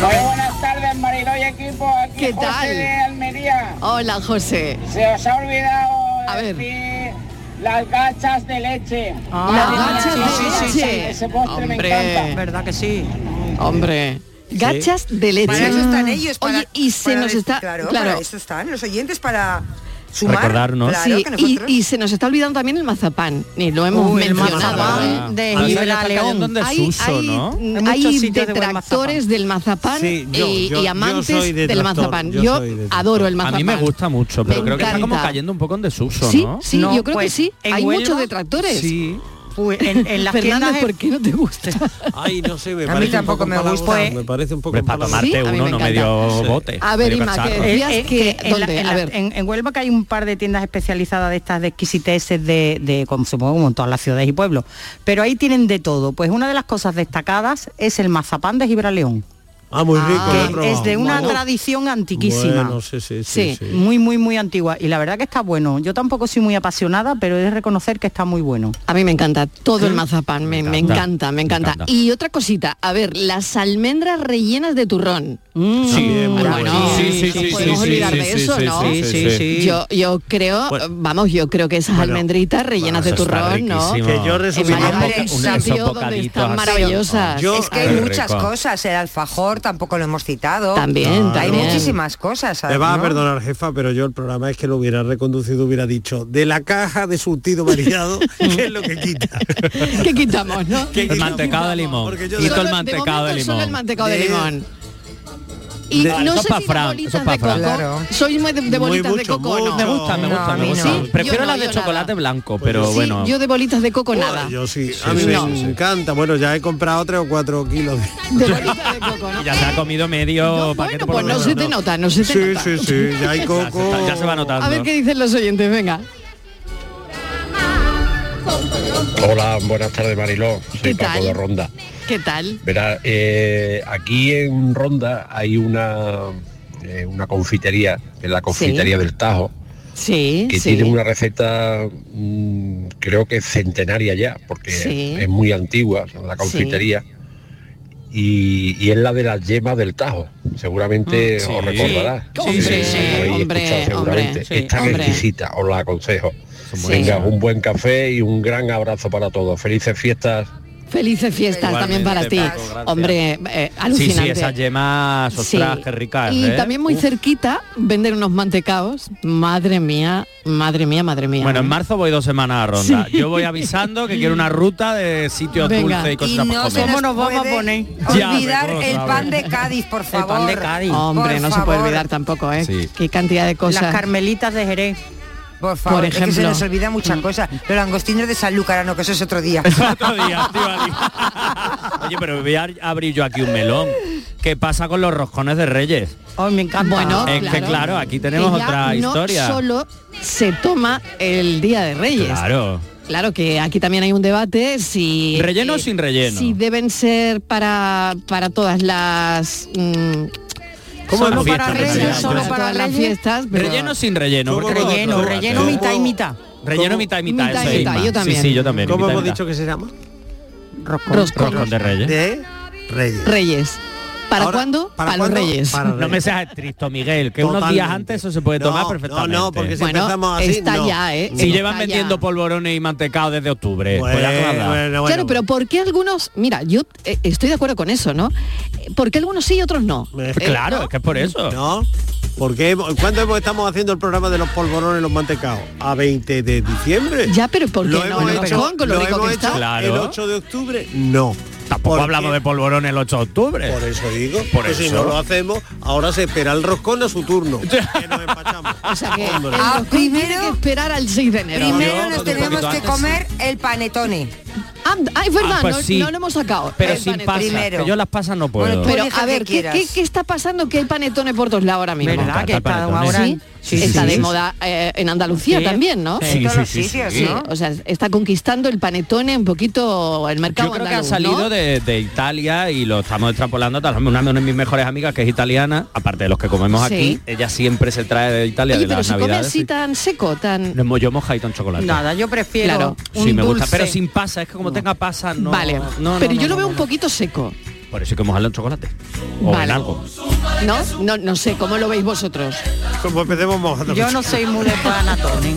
S13: Muy buenas tardes, marido y equipo. Aquí
S5: ¿Qué
S13: José
S5: tal?
S13: de Almería.
S5: Hola, José.
S13: Se os ha olvidado
S5: A ver.
S13: decir las gachas de leche.
S5: Ah, las gachas de leche.
S13: Ese postre
S5: Hombre.
S13: me encanta.
S9: ¿Verdad que sí?
S5: Hombre. Gachas de leche.
S10: Para eso están ellos. Para,
S5: Oye, y se
S10: para
S5: nos
S10: des-
S5: está...
S10: Claro,
S5: Claro,
S10: para eso están los oyentes para sumar.
S7: Recordarnos.
S10: Claro,
S5: Sí,
S10: que
S5: y,
S10: nosotros-
S5: y se nos está olvidando también el mazapán, ni lo hemos
S9: Uy, el
S5: mencionado. ¿eh?
S9: mazapán de
S7: Ahora ya
S9: Gibra
S7: está cayendo
S9: León.
S7: en desuso,
S5: hay,
S7: ¿no?
S9: Hay muchos
S5: hay
S9: sitios de buen
S5: detractores del mazapán
S7: Sí, yo-
S5: y,
S7: yo-
S5: y
S7: yo
S5: amantes
S7: soy
S5: del
S7: detractor,
S5: mazapán.
S7: yo
S5: Yo,
S7: soy detractor.
S5: adoro el
S7: A
S5: mazapán.
S7: mí me gusta mucho, pero
S5: Me
S7: creo que está como
S5: encanta.
S7: cayendo un poco en desuso,
S5: Sí,
S7: ¿no?
S5: sí, yo creo que sí.
S9: pues, en
S5: Hay
S9: Huelva-
S5: muchos detractores.
S7: Sí.
S9: Pues en, en las
S5: Fernández,
S9: tiendas
S5: ¿por qué no te gusta?
S8: Ay, no sé, me ¿eh?
S9: A mí
S8: parece un
S9: tampoco
S8: poco
S9: me
S8: empalagoso,
S9: gusta.
S8: Me parece un poco
S7: Hombre, para
S8: empalagoso.
S7: tomarte uno no me dio
S8: Eh,
S7: bote.
S5: A ver, Ima, que decías
S9: Eh, eh,
S5: que-
S9: en la-
S5: ¿dónde?
S9: en
S5: A
S9: la-
S5: ver.
S9: en- en Huelva que hay un par de tiendas especializadas de estas de exquisiteces de, de consumo como en todas las ciudades y pueblos. Pero ahí tienen de todo. Pues una de las cosas destacadas es el mazapán de Gibraleón.
S8: Ah, muy rico. lo he
S9: que es
S8: probado.
S9: de una
S8: Bueno.
S9: tradición antiquísima.
S8: Bueno, sí, sí, sí, sí.
S9: muy, muy, muy antigua. Y la verdad que está bueno. Yo tampoco soy muy apasionada, pero he de reconocer que está muy bueno. ¿Mm?
S5: A mí me encanta todo el mazapán, me, me encanta, me encanta.
S9: encanta.
S5: Y otra cosita, a ver, las almendras rellenas de turrón. Mm.
S9: Sí,
S5: bueno,
S9: sí, sí, sí,
S5: podemos
S9: sí,
S5: olvidar
S9: sí,
S5: de
S9: sí,
S5: eso,
S9: sí,
S5: ¿no?
S9: sí, sí, sí.
S5: Yo, yo creo,
S9: Bueno.
S5: vamos, yo creo que esas almendritas rellenas
S7: bueno,
S5: de
S7: eso está
S5: turrón, ¿no?
S7: riquísimo. Que yo resumiría
S5: En Málaga,
S7: poca-
S5: en
S7: un-
S5: Sabio,
S7: esos
S5: donde
S7: bocaditos
S5: están
S7: así.
S5: maravillosas.
S7: Yo-
S10: es que hay
S7: Qué
S10: muchas
S7: rico.
S10: cosas. El alfajor tampoco lo hemos citado.
S5: También,
S10: Hay
S5: también.
S10: muchísimas cosas.
S8: Me va a
S10: ¿no?
S8: perdonar, jefa, pero yo el programa es que lo hubiera reconducido, hubiera dicho, de la caja de surtido variado, ¿qué es lo que quita?
S5: ¿Qué quitamos, no?
S8: ¿Qué
S7: pues, El
S8: quitamos?
S7: mantecado de limón.
S8: Porque yo
S7: Quito
S8: de-
S7: el
S8: de
S7: mantecado de,
S5: momento
S7: limón.
S5: solo el mantecado de limón. Y
S7: De-
S5: no
S7: Eso
S5: sé
S7: pa'
S5: si
S7: Fran,
S5: de bolitas
S7: eso pa'
S5: de coco.
S7: Fran. Claro.
S5: Soy muy de, de
S7: Muy
S5: bolitas de
S7: mucho,
S5: coco, no.
S7: Me gusta, me gusta, me gusta.
S5: Sí,
S7: Prefiero
S5: yo
S7: las
S5: no,
S7: de
S5: yo nada.
S7: chocolate blanco, pero bueno.
S5: Yo de bolitas de coco nada.
S8: Yo sí, a mí me encanta. Bueno, ya he comprado tres o cuatro kilos.
S5: De bolitas de coco, ¿no?
S7: Ya se ha comido medio paquete por
S5: Pues
S7: lo
S5: no
S7: menos,
S5: se te nota, no se te
S7: Sí,
S5: nota.
S7: sí, sí, ya hay coco. Ya se está- ya se va notando.
S5: A ver qué dicen los oyentes, venga.
S4: Hola, buenas tardes Mariló, soy
S5: ¿Qué
S4: Paco
S5: tal?
S4: de Ronda.
S5: ¿Qué tal?
S4: Verá, eh, aquí en Ronda hay una, eh, una confitería, en la confitería
S5: Sí.
S4: del Tajo,
S5: Sí,
S4: que
S5: sí.
S4: tiene una receta mm, creo que centenaria ya, porque
S5: Sí.
S4: es muy antigua la confitería. Y, y es la de las yemas del Tajo, seguramente
S17: Mm, sí.
S4: os recordará.
S17: Sí, hombre,
S4: habréis
S17: hombre,
S4: escuchado seguramente.
S17: hombre, sí,
S4: Está
S17: hombre.
S4: exquisita, os la aconsejo.
S5: Sí.
S4: Venga, un buen café y un gran abrazo para todos. Felices fiestas.
S5: Felices fiestas también
S7: Igualmente,
S5: para ti.
S7: Paco, gracias.
S5: Hombre, eh,
S7: Sí,
S5: alucinante.
S7: sí, esas yemas, ostras,
S5: Sí.
S7: qué ricas,
S5: Y
S7: ¿eh?
S5: también muy cerquita vender unos mantecaos. Madre mía, madre mía, madre mía. ¿eh?
S7: Bueno, en marzo voy dos semanas a ronda.
S5: Sí.
S7: Yo voy avisando que quiero una ruta de sitios
S5: Venga.
S7: dulces y
S5: Y
S7: cosas para
S5: no se
S7: comer.
S5: nos
S9: vamos a poner?
S7: Ya,
S10: Olvidar
S7: mejor,
S10: el
S7: sabe.
S10: pan de Cádiz, por favor.
S5: Hombre,
S10: Por
S5: no se puede
S10: favor.
S5: olvidar tampoco, ¿eh? Qué cantidad de cosas.
S10: Las
S9: carmelitas de Jerez.
S10: Por favor,
S5: Por
S10: es que se
S5: ejemplo. Mm.
S10: nos olvida muchas cosas. Los langostinos de San no, que eso es otro día.
S7: Otro día, Estivali. Oye, pero voy a abrir yo aquí un melón. ¿Qué pasa con los roscones de Reyes?
S9: Oh, me encanta.
S5: Bueno,
S7: es que claro, aquí tenemos
S5: que ya
S7: otra
S5: no
S7: historia.
S5: Solo se toma el Día de Reyes.
S7: Claro.
S5: Claro que aquí también hay un debate si
S7: ¿Relleno o
S5: eh,
S7: sin relleno?
S5: Si deben ser para para todas las mm,
S7: ¿Cómo
S5: solo
S7: hemos
S5: para
S7: visto que
S5: Reyes,
S7: se
S5: solo
S7: llama?
S5: para las fiestas, pero-
S7: Relleno o sin relleno.
S8: ¿Cómo
S7: porque
S8: hemos-
S7: tengo otro debate.
S8: relleno mitad y
S9: mitad.
S7: Relleno mitad y mitad.
S8: Mitad y
S7: eso es,
S8: mitad,
S7: Inma.
S8: yo también.
S7: Sí, sí, yo también.
S8: ¿Cómo
S7: mitad y
S8: hemos
S7: mitad.
S8: dicho que
S5: Pues
S8: se llama?
S5: Roscón. Roscón.
S7: Roscón de Reyes.
S8: De Reyes.
S5: Reyes. ¿Para
S8: Ahora,
S5: cuándo?
S8: ¿para
S5: Para, los
S8: cuándo?
S5: Reyes.
S8: Para los
S7: No me
S8: Reyes.
S7: seas estricto, Miguel, que unos días
S8: Totalmente.
S7: antes eso se puede
S8: No,
S7: tomar
S8: no,
S7: perfectamente.
S8: no, porque si Bueno, empezamos
S5: así, está no. ya, ¿eh?
S7: Si
S5: Está
S7: llevan
S5: ya.
S7: vendiendo polvorones y mantecado desde octubre. pues ya
S8: Bueno,
S7: nada.
S8: bueno,
S5: Claro, pero ¿por qué algunos? Mira, yo eh, estoy de acuerdo con eso, ¿no? Eh, ¿Por qué algunos sí y otros no? Eh, ¿no?
S7: Pues es que es por eso.
S8: No. Porque ¿Cuándo hemos- estamos haciendo el programa de los polvorones y los mantecados? A 20 de diciembre.
S5: Ya, pero ¿por qué
S8: Lo
S5: no?
S8: hemos
S5: El
S8: hecho-
S5: roscón, con lo,
S8: lo
S5: rico
S8: hemos
S5: que
S8: hecho
S5: está.
S8: el
S7: Claro.
S8: 8 de octubre. No.
S7: Tampoco
S8: ¿Por
S7: hablamos
S8: qué?
S7: de polvorones el 8 de octubre.
S8: Por eso digo.
S7: Por
S8: que Si
S7: eso.
S8: no lo hacemos, ahora se espera el roscón a su turno.
S5: O sea que
S8: Hombre.
S5: el
S8: Ah,
S5: roscón tiene que esperar al 6 de enero.
S10: Primero nos
S8: porque un
S10: tenemos
S8: poquito
S10: que
S8: antes.
S10: comer el panetone.
S5: Ah, ah, es verdad,
S7: Ah, pues
S5: no,
S7: sí.
S5: no lo hemos sacado.
S7: Pero
S5: El
S7: sin
S5: panetone.
S7: pasas. que yo las pasas no puedo.
S5: Pero
S10: elija
S5: a
S10: el que
S5: ver, ¿qué,
S10: quieras.
S5: qué, qué está pasando? Que hay panetones por todos lados ahora mismo.
S7: Me encanta Que el está panetone. ahora-
S5: ¿Sí?
S7: Sí, sí,
S5: Está
S7: sí,
S5: de
S7: sí.
S5: moda eh, en Andalucía
S7: Sí.
S5: también, ¿no?
S7: Sí, En sí, todos los sí, sí, sitios, sí. ¿no?
S5: O sea, está conquistando el panetone un poquito el mercado
S7: Yo creo que ha
S5: andaluz,
S7: salido
S5: ¿no?
S7: de, de Italia y lo estamos extrapolando. Tal vez Una de mis mejores amigas que es italiana, aparte de los que comemos
S5: Sí.
S7: aquí, ella siempre se trae de Italia
S5: Oye,
S7: de
S5: pero
S7: las
S5: se come
S7: navidades.
S5: así tan seco, tan...
S7: No, Yo mojadito en chocolate.
S9: Nada, yo prefiero
S5: Claro.
S9: un
S7: Sí, me gusta,
S9: dulce.
S7: pero sin pasa, es que como tenga pasa no.
S5: vale,
S7: no, no,
S5: pero
S7: no,
S5: yo
S7: no,
S5: lo veo
S7: no,
S5: un
S7: no.
S5: poquito seco,
S7: Por eso hay que mojarlo en chocolate. O en
S5: Vale.
S7: algo.
S5: ¿no? No, no sé, ¿cómo lo veis vosotros?
S8: Como empecemos mojando.
S9: Yo no soy muy de panatone.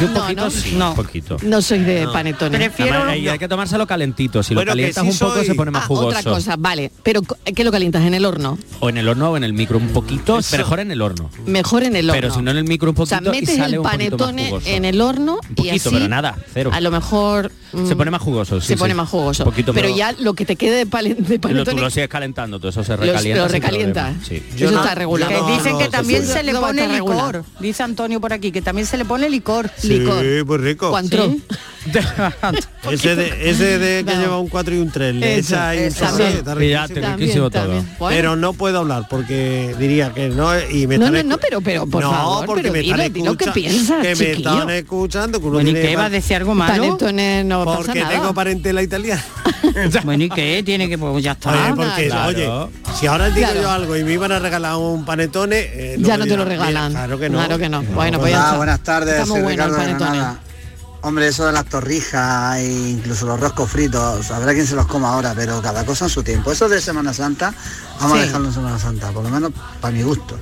S7: Yo un poquito sí, un poquito.
S5: No soy de panetone.
S7: Además, hay, hay que tomárselo calentito. Si
S5: Bueno,
S7: lo
S5: que
S7: calientas
S5: sí
S7: un poco
S5: soy-
S7: se pone más
S5: Ah,
S7: jugoso.
S5: otra cosa, vale. Pero co- ¿qué lo calientas? ¿En el horno?
S7: O en el horno o en el micro un poquito. Mejor en el horno.
S5: Mejor en el horno.
S7: Pero si no en el micro un
S5: o sea,
S7: poquito y
S5: metes
S7: sale
S5: el
S7: un poquito más
S5: panetone
S7: jugoso.
S5: en el horno
S7: Un
S5: y
S7: poquito,
S5: así
S7: pero nada, cero.
S5: a lo mejor mm,
S7: Se pone más jugoso. sí,
S5: se
S7: sí.
S5: pone más jugoso.
S7: Un poquito,
S5: pero ya lo que te quede de, pale- de
S7: Lo, tú
S5: panetone
S7: lo sigues calentando, todo eso se
S5: Lo-
S7: recalienta.
S5: lo
S7: sin
S5: recalienta.
S7: problema. Sí.
S5: Yo Eso no- está regulado.
S9: Que
S5: No,
S9: dicen
S5: no,
S9: que
S5: se
S9: también
S5: puede.
S9: se le
S5: No,
S9: pone
S5: está
S9: licor.
S5: regulado.
S9: Dice Antonio por aquí que también se le pone licor.
S8: Sí, pues, muy rico.
S9: Cuantrón.
S8: Ese de, ese de que
S9: No.
S8: lleva un 4 y un 3.
S9: Eso,
S8: Le echa ahí un
S9: eso.
S8: chocolate,
S9: También.
S8: está
S7: Fíjate,
S8: riquísimo.
S7: riquísimo todo.
S5: Bueno.
S8: Pero no puedo hablar porque diría que no y me
S5: No,
S8: están
S5: no,
S8: escu-
S5: no, pero- pero, por
S8: No,
S5: favor,
S8: porque
S5: pero
S8: me están
S5: dilo, dilo qué
S8: escucha-
S5: piensas,
S8: que me
S5: chiquillo.
S8: están escuchando que uno
S9: Bueno, ¿y
S8: tiene
S9: qué va a
S8: pa-
S9: decir algo malo?
S5: Panetone no pasa
S8: porque
S5: nada.
S8: tengo parentela italiana.
S9: bueno, ¿y qué? Tiene que, pues ya está.
S8: Oye, porque, oye, si ahora digo
S9: Claro.
S8: yo algo y me iban a regalar un panetone, eh,
S5: ya no
S8: me
S5: te lo
S8: dirán, mira,
S5: regalan.
S8: claro que no.
S5: Bueno, pues ya
S26: Hola,
S5: está.
S26: buenas tardes,
S5: Está muy
S26: soy
S5: bueno el
S26: Ricardo de
S5: panetone.
S26: Granada. Hombre, eso de las torrijas e incluso los roscos fritos, habrá quien se los coma ahora, pero cada cosa en su tiempo. Eso de Semana Santa, vamos
S5: Sí.
S26: a dejarlo en Semana Santa, por lo menos para mi gusto.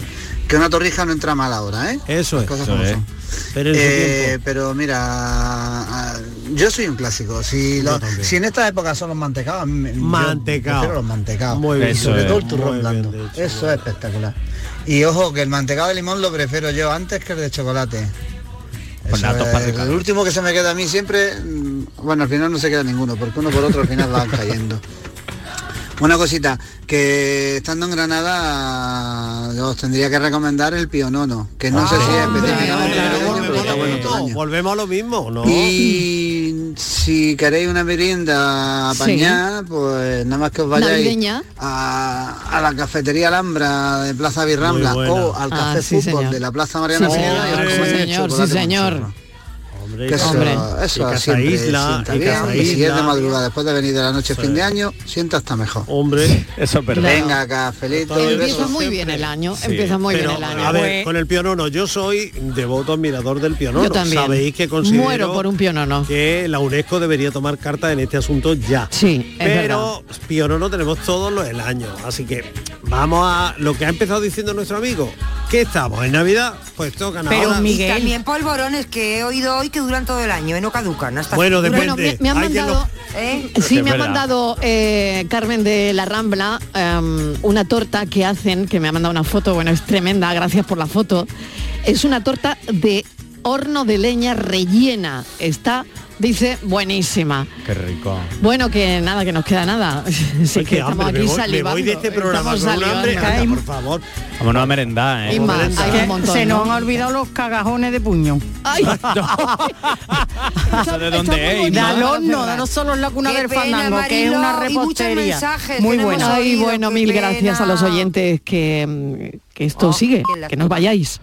S26: Que una torrija no entra mal ahora, ¿eh?
S8: Eso
S26: Las
S8: es.
S26: cosas como
S8: Eso es.
S26: son.
S8: Pero en su
S26: Eh,
S8: tiempo.
S26: pero mira, ah, yo soy un clásico. Si, lo- si en esta época son los mantecados, a mí me- yo
S8: Mantecao.
S26: prefiero los mantecados.
S8: Muy bien,
S26: sobre
S8: eso
S26: todo
S8: es.
S26: el turrón
S8: Muy
S26: blando. Eso es espectacular. Y ojo, que el mantecado de limón lo prefiero yo antes que el de chocolate.
S7: Pues nada,
S26: Eso
S7: dos para
S26: es.
S7: Ricardo.
S26: el último que se me queda a mí siempre, mm, bueno, al final no se queda ninguno, porque uno por otro al final van cayendo. Una cosita, que estando en Granada, yo os tendría que recomendar el pionono, que no
S8: Ah,
S26: sé si es específicamente navideño, pero está bueno todo el año.
S8: Volvemos a lo mismo, ¿no?
S26: Y si queréis una merienda apañada, pues nada más que os vayáis
S5: Navideña.
S26: a, a la cafetería Alhambra de Plaza Birrambla
S5: Muy buena.
S26: o al
S5: Ah,
S26: Café
S5: sí,
S26: Fútbol
S5: señor.
S26: de la Plaza Mariana
S5: Sí,
S26: Pineda y os
S5: señor,
S26: coméis
S5: sí,
S26: el
S5: señor, sí,
S26: chocolate con
S5: señor.
S26: churro.
S8: Hombre,
S26: Que eso, eso siempre sienta bien, y si es de madrugada después de venir de la noche fin de año, sienta hasta mejor.
S8: Hombre,
S7: eso es
S8: verdad.
S26: Venga acá, feliz
S8: Todo
S5: empieza
S8: eso
S5: muy bien el año, empieza muy
S8: Pero,
S5: bien el año.
S8: A ver, con el pionono, yo soy devoto admirador del pionono.
S5: Yo también.
S8: Sabéis que considero
S5: Muero por un pionono.
S8: que la UNESCO debería tomar carta en este asunto ya.
S5: Sí, es
S8: Pero pionono tenemos todos los el año, así que vamos a lo que ha empezado diciendo nuestro amigo. ¿Qué estamos? ¿En Navidad? Pues tocan
S10: Pero
S8: ahora.
S10: Y también polvorones que he oído hoy que duran todo el año, ¿eh? no caducan. Hasta
S8: Bueno,
S5: Bueno, me, me han mandado,
S10: ¿Eh?
S5: sí, me ha mandado eh, Carmen de la Rambla em, una torta que hacen, que me ha mandado una foto, bueno, es tremenda, gracias por la foto. Es una torta de horno de leña rellena, está, dice, buenísima.
S7: Qué rico.
S5: Bueno, que nada, que nos queda nada. Sí, que
S7: qué
S5: estamos aquí
S7: hambre, me voy- me
S5: salivando.
S7: voy de este programa
S5: estamos
S7: con un hambre.
S5: salivando.
S8: Anda, por favor.
S7: Vámonos a merendar, ¿eh?
S5: Y más, hay un montón,
S9: Se nos
S5: ¿no?
S9: han olvidado los cagajones de puño.
S5: Ay.
S7: ¿Eso de dónde es?
S9: Del
S7: no?
S9: horno, de no solo en la cuna
S10: Qué
S9: del
S10: pena,
S9: fandango, que es una
S10: Mariló, y muchos
S9: repostería.
S10: mensajes,
S9: Muy
S10: tenemos
S9: buena.
S10: Oh,
S5: Ay, bueno, mil gracias a los oyentes que, mm, que esto sigue, que nos vayáis.